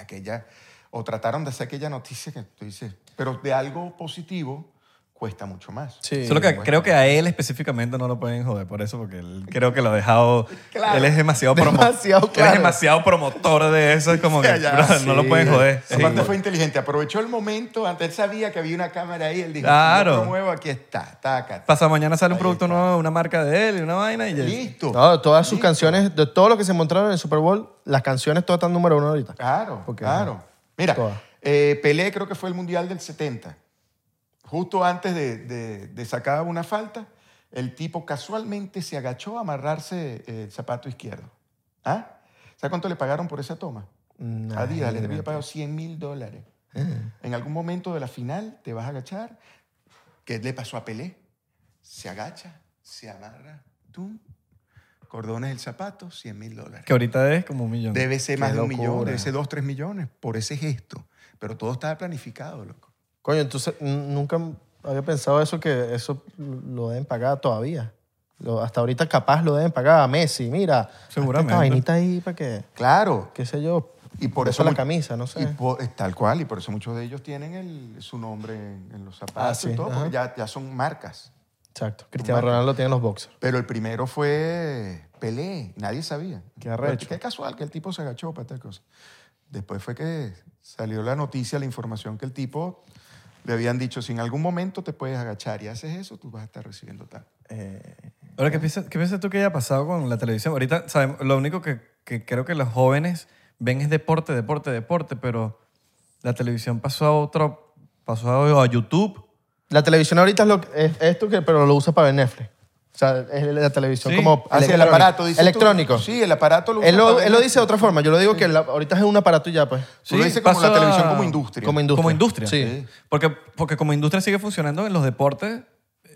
Speaker 3: aquella, o trataron de hacer aquella noticia que tú dices, pero de algo positivo cuesta mucho más.
Speaker 1: Sí.
Speaker 2: Solo que
Speaker 3: bueno.
Speaker 2: creo que a él específicamente no lo pueden joder por eso, porque él creo que lo ha dejado.
Speaker 3: Claro.
Speaker 2: Él es demasiado, promo-
Speaker 1: Demasiado,
Speaker 2: él
Speaker 1: claro.
Speaker 2: es demasiado promotor de eso. Es como que
Speaker 3: Ya, ya,
Speaker 2: bro, no lo
Speaker 1: sí.
Speaker 2: pueden joder. Es
Speaker 3: Aparte
Speaker 2: como-
Speaker 3: fue inteligente, aprovechó el momento, antes él sabía que había una cámara ahí, él dijo,
Speaker 2: Claro.
Speaker 3: si yo promuevo, aquí está, taca.
Speaker 2: Pasa mañana sale un
Speaker 3: Ahí
Speaker 2: producto nuevo, una marca de él y una vaina y ya.
Speaker 3: Listo.
Speaker 1: No, todas sus canciones, de todo lo que se mostraron en el Super Bowl, las canciones todas están número uno ahorita.
Speaker 3: Claro,
Speaker 1: Porque,
Speaker 3: claro. Mira,
Speaker 1: Todas.
Speaker 3: eh, Pelé creo que fue el Mundial del 70. Justo antes de, de- de sacar una falta, el tipo casualmente se agachó a amarrarse eh, el zapato izquierdo. ¿Ah? ¿Sabes cuánto le pagaron por esa toma?
Speaker 1: Nah,
Speaker 3: A Adidas le debía pagar 100 mil dólares. En algún momento de la final te vas a agachar. ¿Qué le pasó a Pelé? Se agacha, se amarra, tum, cordones del zapato, 100 mil dólares.
Speaker 2: Que ahorita es como un millón.
Speaker 3: Debe ser más
Speaker 1: Qué
Speaker 3: de un millón,
Speaker 1: locura.
Speaker 3: debe ser dos, tres millones por ese gesto. Pero todo estaba planificado, loco.
Speaker 1: Coño, entonces n- nunca había pensado eso, que eso lo deben pagar todavía. Lo- hasta ahorita capaz lo deben pagar a Messi, mira. hazte
Speaker 2: Seguramente.
Speaker 1: Esta vainita ahí para que,
Speaker 3: Claro.
Speaker 1: qué sé yo,
Speaker 3: Y por
Speaker 1: ponte
Speaker 3: eso
Speaker 1: la
Speaker 3: mu-
Speaker 1: camisa, no sé.
Speaker 3: Y por- es tal cual, y por eso muchos de ellos tienen el- su nombre en, en los zapatos
Speaker 1: Ah, sí,
Speaker 3: y todo,
Speaker 1: ajá.
Speaker 3: porque ya, ya son marcas.
Speaker 1: Exacto. Cristiano Ronaldo tiene los boxers.
Speaker 3: Pero el primero fue Pelé, nadie sabía.
Speaker 1: Qué arrecho.
Speaker 3: Qué casual que el tipo se agachó para tal cosa. Después fue que salió la noticia, la información que el tipo le habían dicho, si en algún momento te puedes agachar y haces eso, tú vas a estar recibiendo tal.
Speaker 2: Ahora, ¿qué piensas, qué piensas tú que haya pasado con la televisión? Ahorita, sabemos, lo único que, que creo que los jóvenes ven es deporte, deporte, deporte, pero la televisión pasó a otro, pasó a, a YouTube.
Speaker 1: La televisión ahorita es, lo, que- es esto, que, pero lo usa para ver Netflix. O sea, es la televisión
Speaker 2: Sí.
Speaker 1: como...
Speaker 3: Hacia el
Speaker 1: electrónica.
Speaker 3: aparato, dice.
Speaker 1: Electrónico.
Speaker 3: Sí, el aparato lo
Speaker 1: Él
Speaker 3: usa
Speaker 1: lo,
Speaker 3: para
Speaker 1: él lo
Speaker 3: ver-
Speaker 1: dice de otra forma. Yo lo digo que la- ahorita es un aparato y ya, pues.
Speaker 3: Tú lo
Speaker 2: Sí,
Speaker 3: dices como
Speaker 2: pasó
Speaker 3: la televisión,
Speaker 2: a-
Speaker 3: como industria.
Speaker 1: Como industria.
Speaker 2: Como industria.
Speaker 1: Sí.
Speaker 2: Porque, porque como industria sigue funcionando en los deportes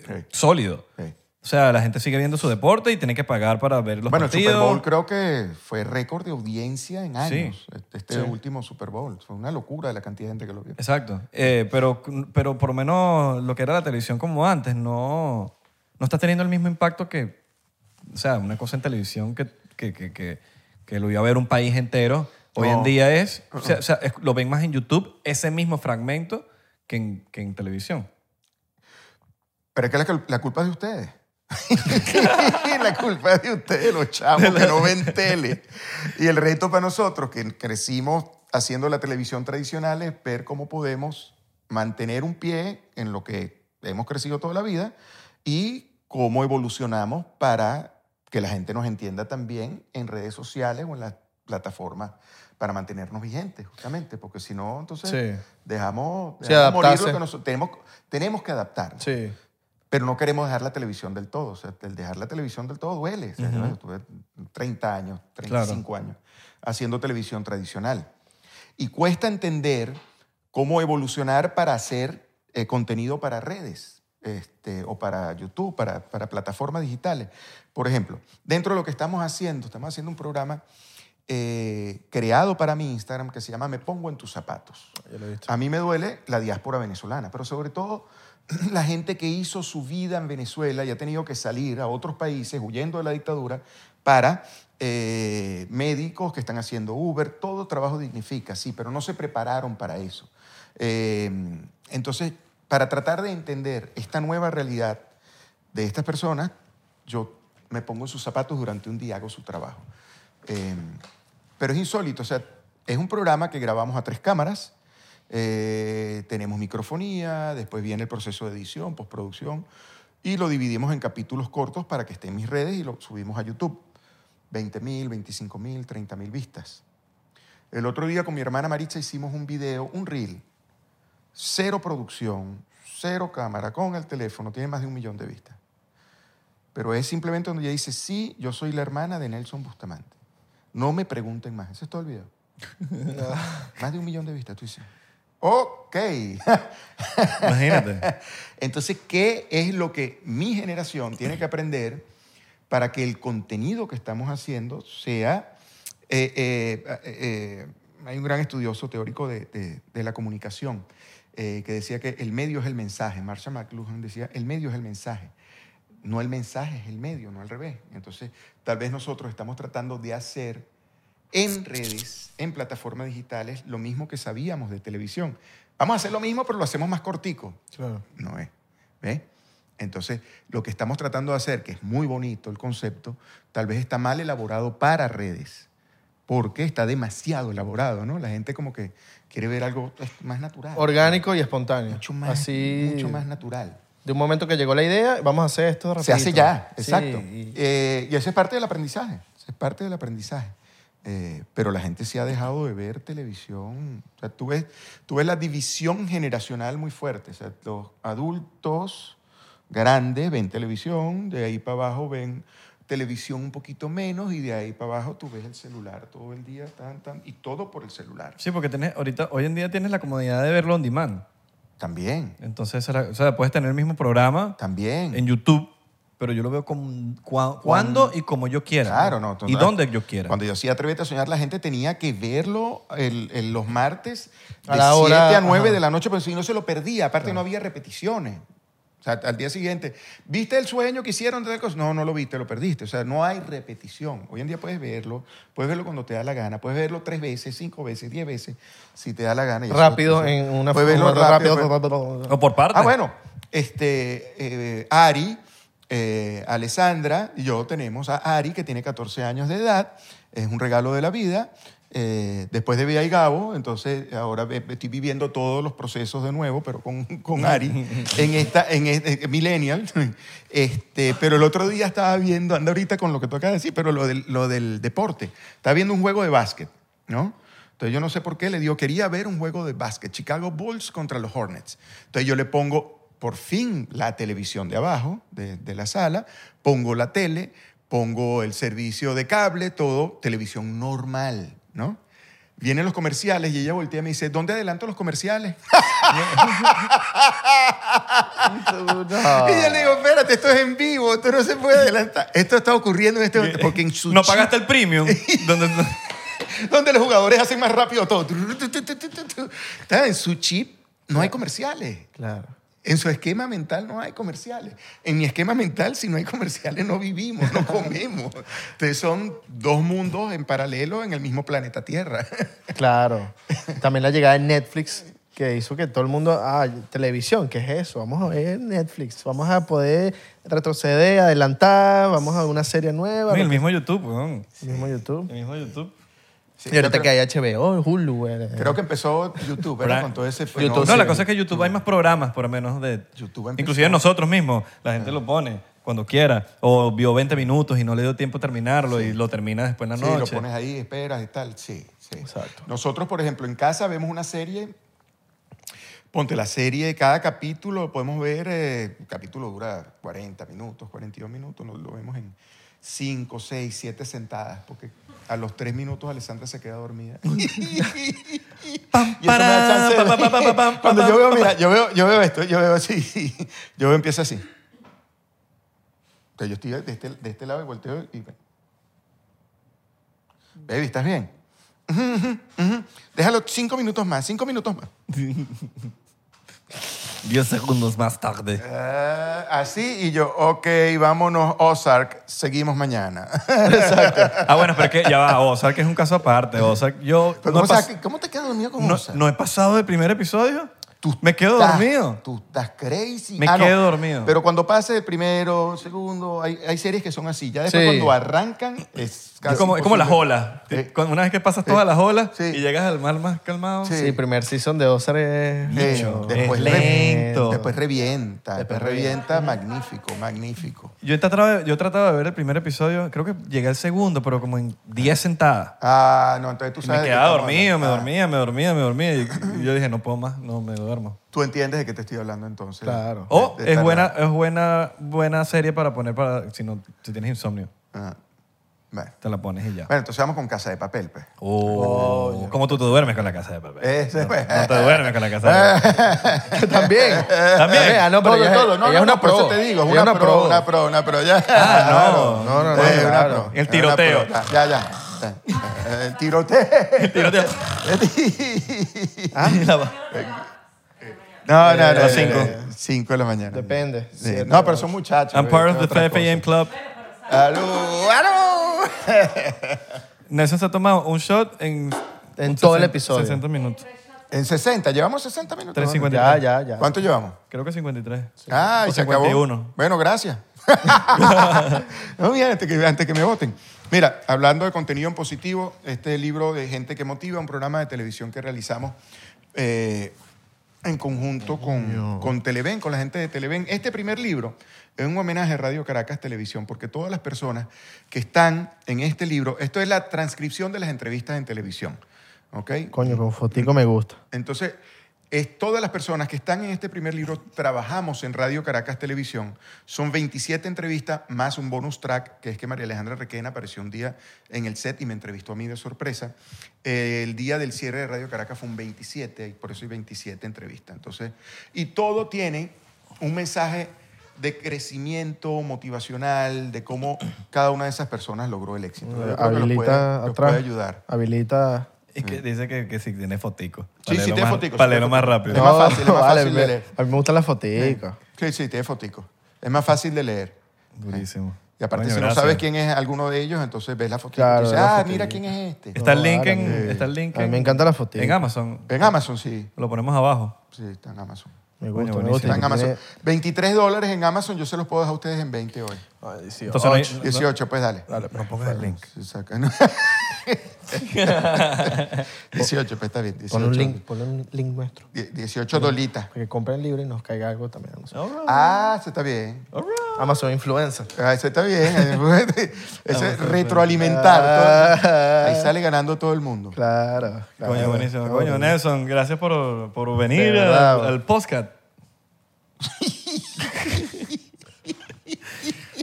Speaker 3: Ok,
Speaker 2: sólido.
Speaker 3: ok.
Speaker 2: O sea, la gente sigue viendo su deporte y tiene que pagar para ver los
Speaker 3: Bueno, el
Speaker 2: partidos.
Speaker 3: Super Bowl creo que fue récord de audiencia en años. Este- Este
Speaker 1: Sí.
Speaker 3: último Super Bowl. Fue una locura la cantidad de gente que lo vio.
Speaker 2: Exacto. Eh, pero, pero por lo menos lo que era la televisión como antes, no, no está teniendo el mismo impacto que, o sea, una cosa en televisión que, que, que, que, que lo iba a ver un país entero. Hoy
Speaker 3: No.
Speaker 2: en día es,
Speaker 1: Uh-uh.
Speaker 2: o sea, o sea, es- lo ven más en YouTube, ese mismo fragmento que en, que en televisión.
Speaker 3: Pero es que la, cul- la culpa es de ustedes. la culpa es de ustedes, los chavos que no ven tele. Y el reto para nosotros, que crecimos haciendo la televisión tradicional, es ver cómo podemos mantener un pie en lo que hemos crecido toda la vida y cómo evolucionamos para que la gente nos entienda también en redes sociales o en las plataformas para mantenernos vigentes, justamente, porque si no, entonces
Speaker 1: Sí.
Speaker 3: dejamos,
Speaker 1: Sí,
Speaker 3: dejamos morir lo
Speaker 1: adaptarse.
Speaker 3: que nosotros tenemos, tenemos que adaptarnos
Speaker 1: Sí.
Speaker 3: pero no queremos dejar la televisión del todo. O sea, el dejar la televisión del todo duele. O sea, yo estuve 30 años, 35 años haciendo televisión tradicional. Y cuesta entender cómo evolucionar para hacer eh, contenido para redes este, o para YouTube, para, para plataformas digitales. Por ejemplo, dentro de lo que estamos haciendo, estamos haciendo un programa eh, creado para mi Instagram que se llama Me Pongo en tus zapatos.
Speaker 1: Yo lo he visto.
Speaker 3: A mí me duele la diáspora venezolana, pero sobre todo la gente que hizo su vida en Venezuela y ha tenido que salir a otros países huyendo de la dictadura para eh, médicos que están haciendo Uber, todo trabajo dignifica, sí, pero no se prepararon para eso. Eh, entonces, para tratar de entender esta nueva realidad de estas personas, yo me pongo en sus zapatos durante un día, hago su trabajo. Eh, pero es insólito, o sea, es un programa que grabamos a tres cámaras, eh, tenemos microfonía, después viene el proceso de edición, postproducción, y lo dividimos en capítulos cortos para que esté en mis redes y lo subimos a YouTube. 20 mil, 25 mil, 30 mil vistas. El otro día con mi hermana Maritza hicimos un video, un reel, cero producción, cero cámara, con el teléfono, tiene más de un millón de vistas. Pero es simplemente donde ella dice, sí, yo soy la hermana de Nelson Bustamante. No me pregunten más, ese es todo el video. Más de un millón de vistas, tú dices. Ok.
Speaker 2: Imagínate.
Speaker 3: Entonces, ¿qué es lo que mi generación tiene que aprender para que el contenido que estamos haciendo sea... eh, eh, eh, hay un gran estudioso teórico de, de- de la comunicación eh, que decía que el medio es el mensaje. Marsha McLuhan decía, el medio es el mensaje. No el mensaje es el medio, no al revés. Entonces, tal vez nosotros estamos tratando de hacer en redes, en plataformas digitales, lo mismo que sabíamos de televisión. Vamos a hacer lo mismo, pero lo hacemos más cortico.
Speaker 1: Claro.
Speaker 3: No es. ¿Ves? Entonces, lo que estamos tratando de hacer, que es muy bonito el concepto, tal vez está mal elaborado para redes, porque está demasiado elaborado, ¿no? La gente como que quiere ver algo pues, más natural.
Speaker 1: Orgánico y espontáneo.
Speaker 3: Mucho más,
Speaker 1: Así,
Speaker 3: mucho más natural.
Speaker 1: De un momento que llegó la idea, vamos a hacer esto rápido.
Speaker 3: Se hace ya,
Speaker 1: Sí,
Speaker 3: exacto.
Speaker 1: y-
Speaker 3: Eh, y eso es parte del aprendizaje, eso es parte del aprendizaje. Eh, pero la gente se ha dejado de ver televisión. O sea, tú ves, tú ves la división generacional muy fuerte. O sea, los adultos grandes ven televisión, de ahí para abajo ven televisión un poquito menos y de ahí para abajo tú ves el celular todo el día, tan, tan, y todo por el celular.
Speaker 2: Sí, porque tienes, ahorita, hoy en día tienes la comodidad de verlo on demand.
Speaker 3: También,
Speaker 2: Entonces, era- o sea, puedes tener el mismo programa
Speaker 3: también.
Speaker 2: en YouTube, pero yo lo veo con, cua- cuando y como yo quiera.
Speaker 3: Claro, no.
Speaker 2: Y
Speaker 3: total.
Speaker 2: donde yo quiera.
Speaker 3: Cuando yo hacía Atrévete a Soñar, la gente tenía que verlo el- el- los martes de
Speaker 1: A la hora,
Speaker 3: 7 a 9
Speaker 1: ajá.
Speaker 3: de la noche, porque si no se lo perdía. Aparte, no había repeticiones. O sea, al día siguiente, ¿viste el sueño que hicieron? Tal cosa? No, no lo viste, lo perdiste. O sea, no hay repetición. Hoy en día puedes verlo, puedes verlo cuando te da la gana, puedes verlo tres veces, cinco veces, diez veces, si te da la gana. Y eso-
Speaker 1: rápido
Speaker 3: eso-
Speaker 1: en una
Speaker 3: puedes verlo
Speaker 1: forma
Speaker 3: rápido, puedes-
Speaker 2: o por parte.
Speaker 3: Ah, bueno, este, eh, Ari, eh, Alessandra y yo tenemos a Ari, que tiene 14 años de edad, es un regalo de la vida. eh, después de Vida y Gabo, entonces ahora ve- estoy viviendo todos los procesos de nuevo, pero con, con Ari, en esta, en este, Millennial. Este, pero el otro día estaba viendo, anda ahorita con lo que tú acabas de decir, pero lo del, lo del deporte. Estaba viendo un juego de básquet, ¿no? Entonces yo no sé por qué le digo, quería ver un juego de básquet, Chicago Bulls contra los Hornets. Entonces yo le pongo por fin la televisión de abajo, de, de la sala, pongo la tele, pongo el servicio de cable, todo, televisión normal, ¿no? Vienen los comerciales y ella voltea y me dice, ¿dónde adelanto los comerciales? Y yo le digo, espérate, esto es en vivo, esto no se puede adelantar. Esto está ocurriendo en este momento porque en su
Speaker 2: eh, no
Speaker 3: chi-
Speaker 2: pagaste el premium. donde,
Speaker 3: donde los jugadores hacen más rápido todo. Tu, tu, tu, tu, tu, tu. Está en su chip no hay comerciales.
Speaker 1: Claro.
Speaker 3: En su esquema mental no hay comerciales. En mi esquema mental, si no hay comerciales, no vivimos, no comemos. Entonces son dos mundos en paralelo en el mismo planeta Tierra.
Speaker 1: Claro. También la llegada de Netflix que hizo que todo el mundo, ah, televisión, ¿qué es eso? Vamos a ver Netflix, vamos a poder retroceder, adelantar, vamos a una serie nueva,
Speaker 2: el
Speaker 1: lo
Speaker 2: mismo YouTube, weón.
Speaker 1: que- mismo YouTube.
Speaker 2: El mismo YouTube.
Speaker 1: y ahorita que hay HBO, Hulu, eh, güey.
Speaker 3: Creo que empezó YouTube, ¿verdad?
Speaker 2: Pero-
Speaker 3: Con todo ese
Speaker 1: YouTube,
Speaker 3: fenómeno.
Speaker 2: no, la cosa es que YouTube hay más programas, por lo menos, de...
Speaker 3: YouTube Ah. empezó.
Speaker 2: inclusive nosotros mismos. La gente lo pone cuando quiera. O vio 20 minutos y no le dio tiempo a terminarlo y lo termina después pues, en la
Speaker 3: Sí,
Speaker 2: noche.
Speaker 3: lo pones ahí, esperas y tal. Sí, sí.
Speaker 1: Exacto.
Speaker 3: Nosotros, por ejemplo, en casa vemos una serie. Ponte la serie, cada capítulo podemos ver, eh, un capítulo dura 40 minutos, 42 minutos, nos lo vemos en 5, 6, 7 sentadas, porque a los 3 minutos Alessandra se queda dormida. Y eso me da chance de-
Speaker 2: Pam, pam, pam, pam, pam,
Speaker 3: Cuando yo
Speaker 2: pam,
Speaker 3: veo,
Speaker 2: pam,
Speaker 3: mira, yo veo, yo veo esto, yo veo así, yo veo empieza así. Entonces yo estoy de este, de este lado y volteo y... Baby, ¿estás bien? Ujú, ujú, ujú. Déjalo cinco minutos más, cinco minutos más.
Speaker 2: 10 segundos más tarde.
Speaker 3: Ah, así y yo, ok, vámonos Ozark, seguimos mañana.
Speaker 2: Ah, bueno, pero es que ya va, Ozark es un caso aparte. Ozark, yo
Speaker 3: Pero
Speaker 2: no
Speaker 3: ¿cómo,
Speaker 2: he, pas-
Speaker 3: sabes que- cómo te quedas dormido con
Speaker 2: no-
Speaker 3: Ozark?
Speaker 2: no he pasado del primer episodio.
Speaker 3: Tú
Speaker 2: Me quedo
Speaker 3: estás-
Speaker 2: dormido.
Speaker 3: Tú estás crazy. Ah,
Speaker 2: Me quedo dormido.
Speaker 3: Pero cuando pase el primero, segundo, hay, hay series que son así. Ya después
Speaker 1: Sí.
Speaker 3: cuando arrancan es casi
Speaker 2: Es como, es como
Speaker 3: imposible. Eh,
Speaker 2: las olas.
Speaker 3: Sí.
Speaker 2: Cuando- Una vez que pasas todas las olas
Speaker 3: Sí.
Speaker 2: y llegas al mar más calmado.
Speaker 3: Sí.
Speaker 1: Sí, primer season de Ozark es...
Speaker 3: Eh,
Speaker 2: Bicho,
Speaker 3: después
Speaker 2: es
Speaker 3: re-
Speaker 2: lento.
Speaker 3: después revienta. Después
Speaker 1: Después
Speaker 3: revienta, magnífico, magnífico.
Speaker 2: Yo he, tratado de, yo he tratado de ver el primer episodio, creo que llegué al segundo, pero como en 10 sentadas.
Speaker 3: Ah, no, entonces tú
Speaker 2: Y me
Speaker 3: sabes. de qué
Speaker 2: quedaba
Speaker 3: estamos
Speaker 2: dormido, me
Speaker 3: hablando. Ah,
Speaker 2: dormía, me dormía, me dormía. Y, y yo dije, no puedo más, no me duermo.
Speaker 3: Tú entiendes de qué te estoy hablando entonces.
Speaker 1: Claro.
Speaker 3: De-
Speaker 2: O
Speaker 3: de
Speaker 2: Oh, es
Speaker 3: estar-
Speaker 2: buena, es buena, buena serie para poner para si no si tienes insomnio.
Speaker 3: Ah, Bueno.
Speaker 2: Te la pones y ya.
Speaker 3: Bueno, entonces vamos con Casa de Papel, pues.
Speaker 2: Oh, ¿Cómo tú te duermes con la casa de papel?
Speaker 3: Ese,
Speaker 2: no,
Speaker 3: pues.
Speaker 2: no te duermes con la casa de papel.
Speaker 1: También.
Speaker 2: También.
Speaker 1: Ah, no, pero
Speaker 3: todo,
Speaker 1: ella es-
Speaker 3: todo. No,
Speaker 1: ella
Speaker 3: no,
Speaker 1: es una
Speaker 3: no, por eso
Speaker 1: pro.
Speaker 3: te digo, es
Speaker 1: Ella
Speaker 3: una, pro, una pro, una pro, ya. Ah,
Speaker 2: no.
Speaker 1: No, no, no,
Speaker 3: Eh, una
Speaker 1: claro.
Speaker 3: pro.
Speaker 2: El tiroteo.
Speaker 3: Una pro, Ya, ya. ya. Eh, El tiroteo.
Speaker 2: Tírate.
Speaker 3: Ah.
Speaker 2: Y la-
Speaker 3: No, no, no.
Speaker 2: Las
Speaker 3: no,
Speaker 2: cinco.
Speaker 3: no, Eh, Cinco de la mañana.
Speaker 1: Depende.
Speaker 3: Sí.
Speaker 1: Siete,
Speaker 3: No, pero son muchachos.
Speaker 2: I'm
Speaker 3: eh,
Speaker 2: part
Speaker 3: son
Speaker 2: of the
Speaker 3: otras
Speaker 2: 5 a.m. club.
Speaker 3: cosas. ¡Aló! ¡Aló!
Speaker 2: Nelson se ha tomado un shot en...
Speaker 1: En
Speaker 2: un
Speaker 1: todo el
Speaker 2: 60
Speaker 1: episodio.
Speaker 2: 60 minutos.
Speaker 3: En 60, llevamos 60 minutos. Ah,
Speaker 2: 3.50.
Speaker 1: Ya, ya, ya.
Speaker 3: ¿Cuánto llevamos?
Speaker 2: Creo que 53.
Speaker 3: Ah,
Speaker 2: O
Speaker 3: se
Speaker 2: 51.
Speaker 3: acabó. Bueno, gracias. no, mira, antes que, antes que me voten. Mira, hablando de contenido en positivo, este libro de Gente que Motiva, un programa de televisión que realizamos eh, en conjunto con, con Televen, con la gente de Televen. Este primer libro es un homenaje a Radio Caracas Televisión, porque todas las personas que están en este libro, esto es la transcripción de las entrevistas en televisión. ¿ok?
Speaker 1: Coño, con fotico me gusta.
Speaker 3: Entonces, es todas las personas que están en este primer libro, trabajamos en Radio Caracas Televisión. Son 27 entrevistas más un bonus track, que es que María Alejandra Requena apareció un día en el set y me entrevistó a mí de sorpresa. Eh, el día del cierre de Radio Caracas fue un 27, y por eso hay 27 entrevistas. Entonces, y todo tiene un mensaje de crecimiento motivacional, de cómo cada una de esas personas logró el éxito. Yo creo que los puede-
Speaker 1: Habilita
Speaker 3: los
Speaker 1: atrás.
Speaker 3: puede ayudar.
Speaker 1: Habilita.
Speaker 2: Y que dice que, que sí tiene fotico.
Speaker 3: Mm. Sí, sí,
Speaker 2: Para leerlo
Speaker 3: tiene
Speaker 2: más-
Speaker 3: fotico, sí,
Speaker 2: Para
Speaker 3: tiene
Speaker 2: leerlo más
Speaker 3: fotico.
Speaker 2: rápido.
Speaker 3: Es más fácil, es más fácil de
Speaker 1: me-
Speaker 3: leer.
Speaker 1: A mí me gustan las foticas.
Speaker 3: Sí, sí, tiene fotico. Es más fácil de leer.
Speaker 2: Durísimo.
Speaker 3: Y aparte,
Speaker 2: Coño,
Speaker 3: si no
Speaker 2: gracias.
Speaker 3: sabes quién es alguno de ellos, entonces ves la fotito
Speaker 1: Claro,
Speaker 3: y dices,
Speaker 1: la
Speaker 3: ah,
Speaker 1: fotito.
Speaker 3: mira quién es este.
Speaker 2: Está el link
Speaker 1: vale.
Speaker 2: en... Está el link
Speaker 1: A mí
Speaker 2: en-
Speaker 1: me encantan las foticas.
Speaker 2: En Amazon.
Speaker 3: En Amazon, sí.
Speaker 2: Lo ponemos abajo.
Speaker 3: Sí, está en Amazon.
Speaker 1: Me gusta, me
Speaker 2: Coño, buenísimo.
Speaker 1: gusta. Y
Speaker 3: Está en
Speaker 1: que
Speaker 3: Amazon.
Speaker 1: tiene-
Speaker 3: 23 dólares en Amazon, yo se los puedo dejar a ustedes en 20 hoy.
Speaker 2: Entonces no hay- no-
Speaker 3: 18, pues dale.
Speaker 2: No pongas el link.
Speaker 3: Sí, saca, ¿no? 18, pues está bien. 18,
Speaker 1: Pon un link, pon un link nuestro.
Speaker 3: Die- 18 dolitas.
Speaker 1: Para que compren libre y nos caiga algo también. a nosotros.
Speaker 3: Ah, se está bien.
Speaker 1: Amazon Influencer.
Speaker 3: Ah, Eso está bien. Eso es retroalimentar. todo. Ahí sale ganando todo el mundo.
Speaker 1: Ah. Claro. claro.
Speaker 2: Coño, buenísimo.
Speaker 1: Claro.
Speaker 2: Coño, Nelson, gracias por, por
Speaker 1: De
Speaker 2: venir
Speaker 1: verdad,
Speaker 2: al,
Speaker 1: bro.
Speaker 2: al podcast.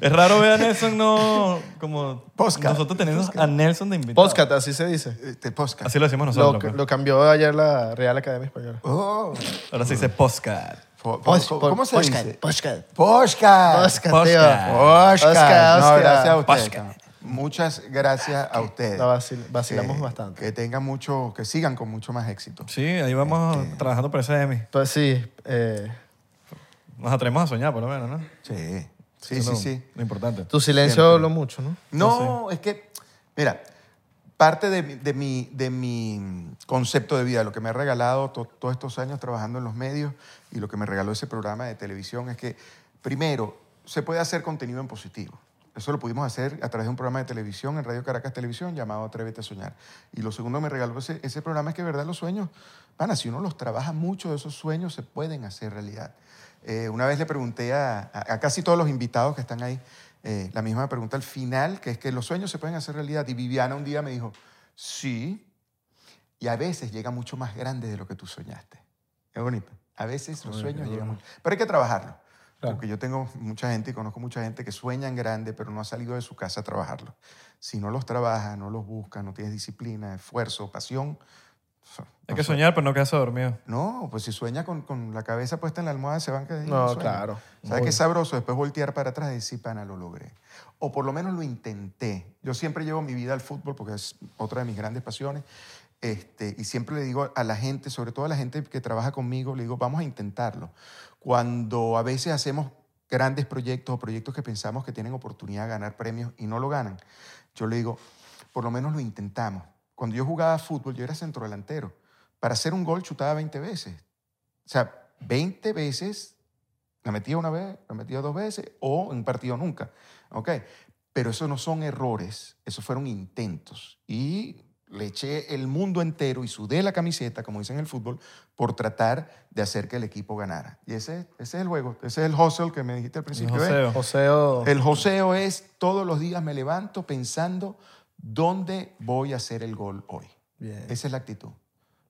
Speaker 2: es raro ver a Nelson no como
Speaker 3: Podcast.
Speaker 2: nosotros tenemos a Nelson de invitado.
Speaker 1: Podcast, así se dice.
Speaker 3: Este podcast.
Speaker 2: Así lo decimos
Speaker 1: Lo,
Speaker 2: nosotros. pues.
Speaker 1: lo cambió ayer la Real Academia Española.
Speaker 3: Oh.
Speaker 2: Ahora se dice podcast.
Speaker 3: Po- po-
Speaker 1: Pos-
Speaker 3: ¿Cómo,
Speaker 1: po-
Speaker 3: se
Speaker 1: podcast,
Speaker 3: dice?
Speaker 1: Podcast.
Speaker 3: Posca.
Speaker 1: Podcast,
Speaker 2: Podcast.
Speaker 1: tío.
Speaker 3: Posca.
Speaker 1: Oscar,
Speaker 3: No,
Speaker 1: Oscar.
Speaker 3: gracias a ustedes.
Speaker 2: Posca.
Speaker 3: cabrón. Muchas gracias a ustedes.
Speaker 1: La vacil- vacilamos bastante.
Speaker 3: Que tengan mucho, que sigan con mucho más éxito.
Speaker 2: Sí, ahí vamos trabajando por ese Emmy.
Speaker 1: Pues sí, eh,
Speaker 2: Nos atrevemos a soñar, por lo menos, ¿no?
Speaker 3: Sí,
Speaker 2: Eso
Speaker 3: sí, sí,
Speaker 2: es lo-
Speaker 3: sí.
Speaker 2: Lo importante.
Speaker 1: tu silencio
Speaker 3: Siempre.
Speaker 1: habló mucho, ¿no?
Speaker 3: No, es que, mira, parte de, mi- de mi, de mi concepto de vida, lo que me ha regalado to- todos estos años trabajando en los medios y lo que me regaló ese programa de televisión es que, primero, se puede hacer contenido en positivo. Eso lo pudimos hacer a través de un programa de televisión en Radio Caracas Televisión llamado Atrévete a Soñar. Y lo segundo que me regaló ese, ese programa es que, de verdad, los sueños, van, si uno los trabaja mucho, esos sueños se pueden hacer realidad. Eh, una vez le pregunté a, a- a casi todos los invitados que están ahí eh, la misma pregunta al final, que es que los sueños se pueden hacer realidad. Y Viviana un día me dijo, sí, y a veces llega mucho más grande de lo que tú soñaste. Es bonito. A veces los sueños llegan mucho. Pero hay que trabajarlo. Porque yo tengo mucha gente y conozco mucha gente que sueña en grande, pero no ha salido de su casa a trabajarlo. Si no los trabajas, no los buscas, no tienes disciplina, esfuerzo, pasión.
Speaker 2: Hay que soñar, pero no quedarse dormido.
Speaker 3: No, pues si sueña con, con la cabeza puesta en la almohada, se van a quedar. ahí,
Speaker 1: No,
Speaker 3: sueña.
Speaker 1: claro.
Speaker 3: ¿Sabes
Speaker 1: Obvio.
Speaker 3: qué sabroso? Después voltear para atrás y decir, pana, lo logré. O por lo menos lo intenté. Yo siempre llevo mi vida al fútbol porque es otra de mis grandes pasiones. Este, y siempre le digo a la gente, sobre todo a la gente que trabaja conmigo, le digo, vamos a intentarlo. Cuando a veces hacemos grandes proyectos o proyectos que pensamos que tienen oportunidad de ganar premios y no lo ganan, yo le digo, por lo menos lo intentamos. Cuando yo jugaba fútbol, yo era centrodelantero. Para hacer un gol chutaba 20 veces. O sea, 20 veces la metía una vez, la metía dos veces o en un partido nunca. ¿Ok? Pero eso no son errores, esos fueron intentos. Y le eché el mundo entero y sudé la camiseta, como dicen en el fútbol, por tratar de hacer que el equipo ganara. Y ese, ese es el juego, ese es el hustle que me dijiste al principio. ¿eh?
Speaker 2: joseo.
Speaker 1: Joseo.
Speaker 3: El joseo es todos los días me levanto pensando dónde voy a hacer el gol hoy.
Speaker 1: Bien.
Speaker 3: Esa es la actitud.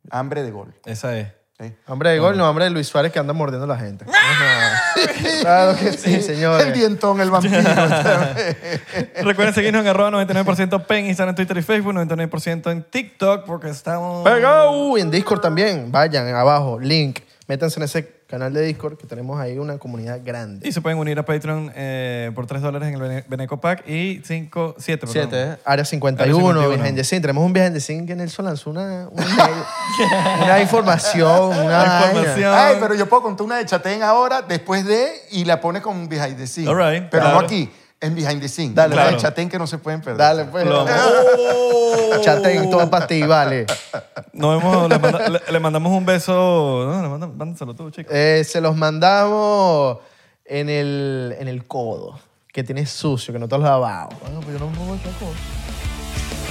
Speaker 3: Hambre de gol.
Speaker 2: Esa es.
Speaker 3: ¿sí?
Speaker 1: Hambre de gol, no, hambre de Luis Suárez que anda mordiendo a la gente. No, no. Claro que sí,
Speaker 3: El
Speaker 1: señores.
Speaker 3: dientón, el vampiro.
Speaker 2: Recuerden seguirnos en arroba 99% PEN, Instagram, Twitter y Facebook, 99% en TikTok, porque estamos...
Speaker 1: Pegao. Y uh, en Discord también. Vayan abajo, link. Métanse en ese canal de Discord que tenemos ahí una comunidad grande.
Speaker 2: Y se pueden unir a Patreon eh, por 3 dólares en el Bene- Beneco Pack y 5, 7, perdón.
Speaker 4: Siete.
Speaker 1: ¿eh? Área 51,
Speaker 2: Área 51.
Speaker 1: Virgen de Sin. Tenemos un Virgen de Sin que Nelson lanzó una, una, una información, una vaina.
Speaker 2: Información.
Speaker 3: Ay, pero yo puedo contar una de Chatén ahora, después de, y la pone con Behind the Scenes.
Speaker 2: All right,
Speaker 3: pero
Speaker 2: claro.
Speaker 3: no aquí, en Behind the Scenes.
Speaker 1: Dale,
Speaker 3: la de
Speaker 2: claro.
Speaker 3: Chatén que no se pueden perder.
Speaker 1: Dale, pues.
Speaker 2: Lo-
Speaker 1: Chaten todo para ti, vale.
Speaker 2: Nos vemos, le, manda- le- le mandamos un beso. No, le manda- mándaselo tú, chico.
Speaker 1: Eh, se los mandamos en el, en el codo, que tienes sucio, que no te has lavado. Bueno, pues yo no me pongo el codo.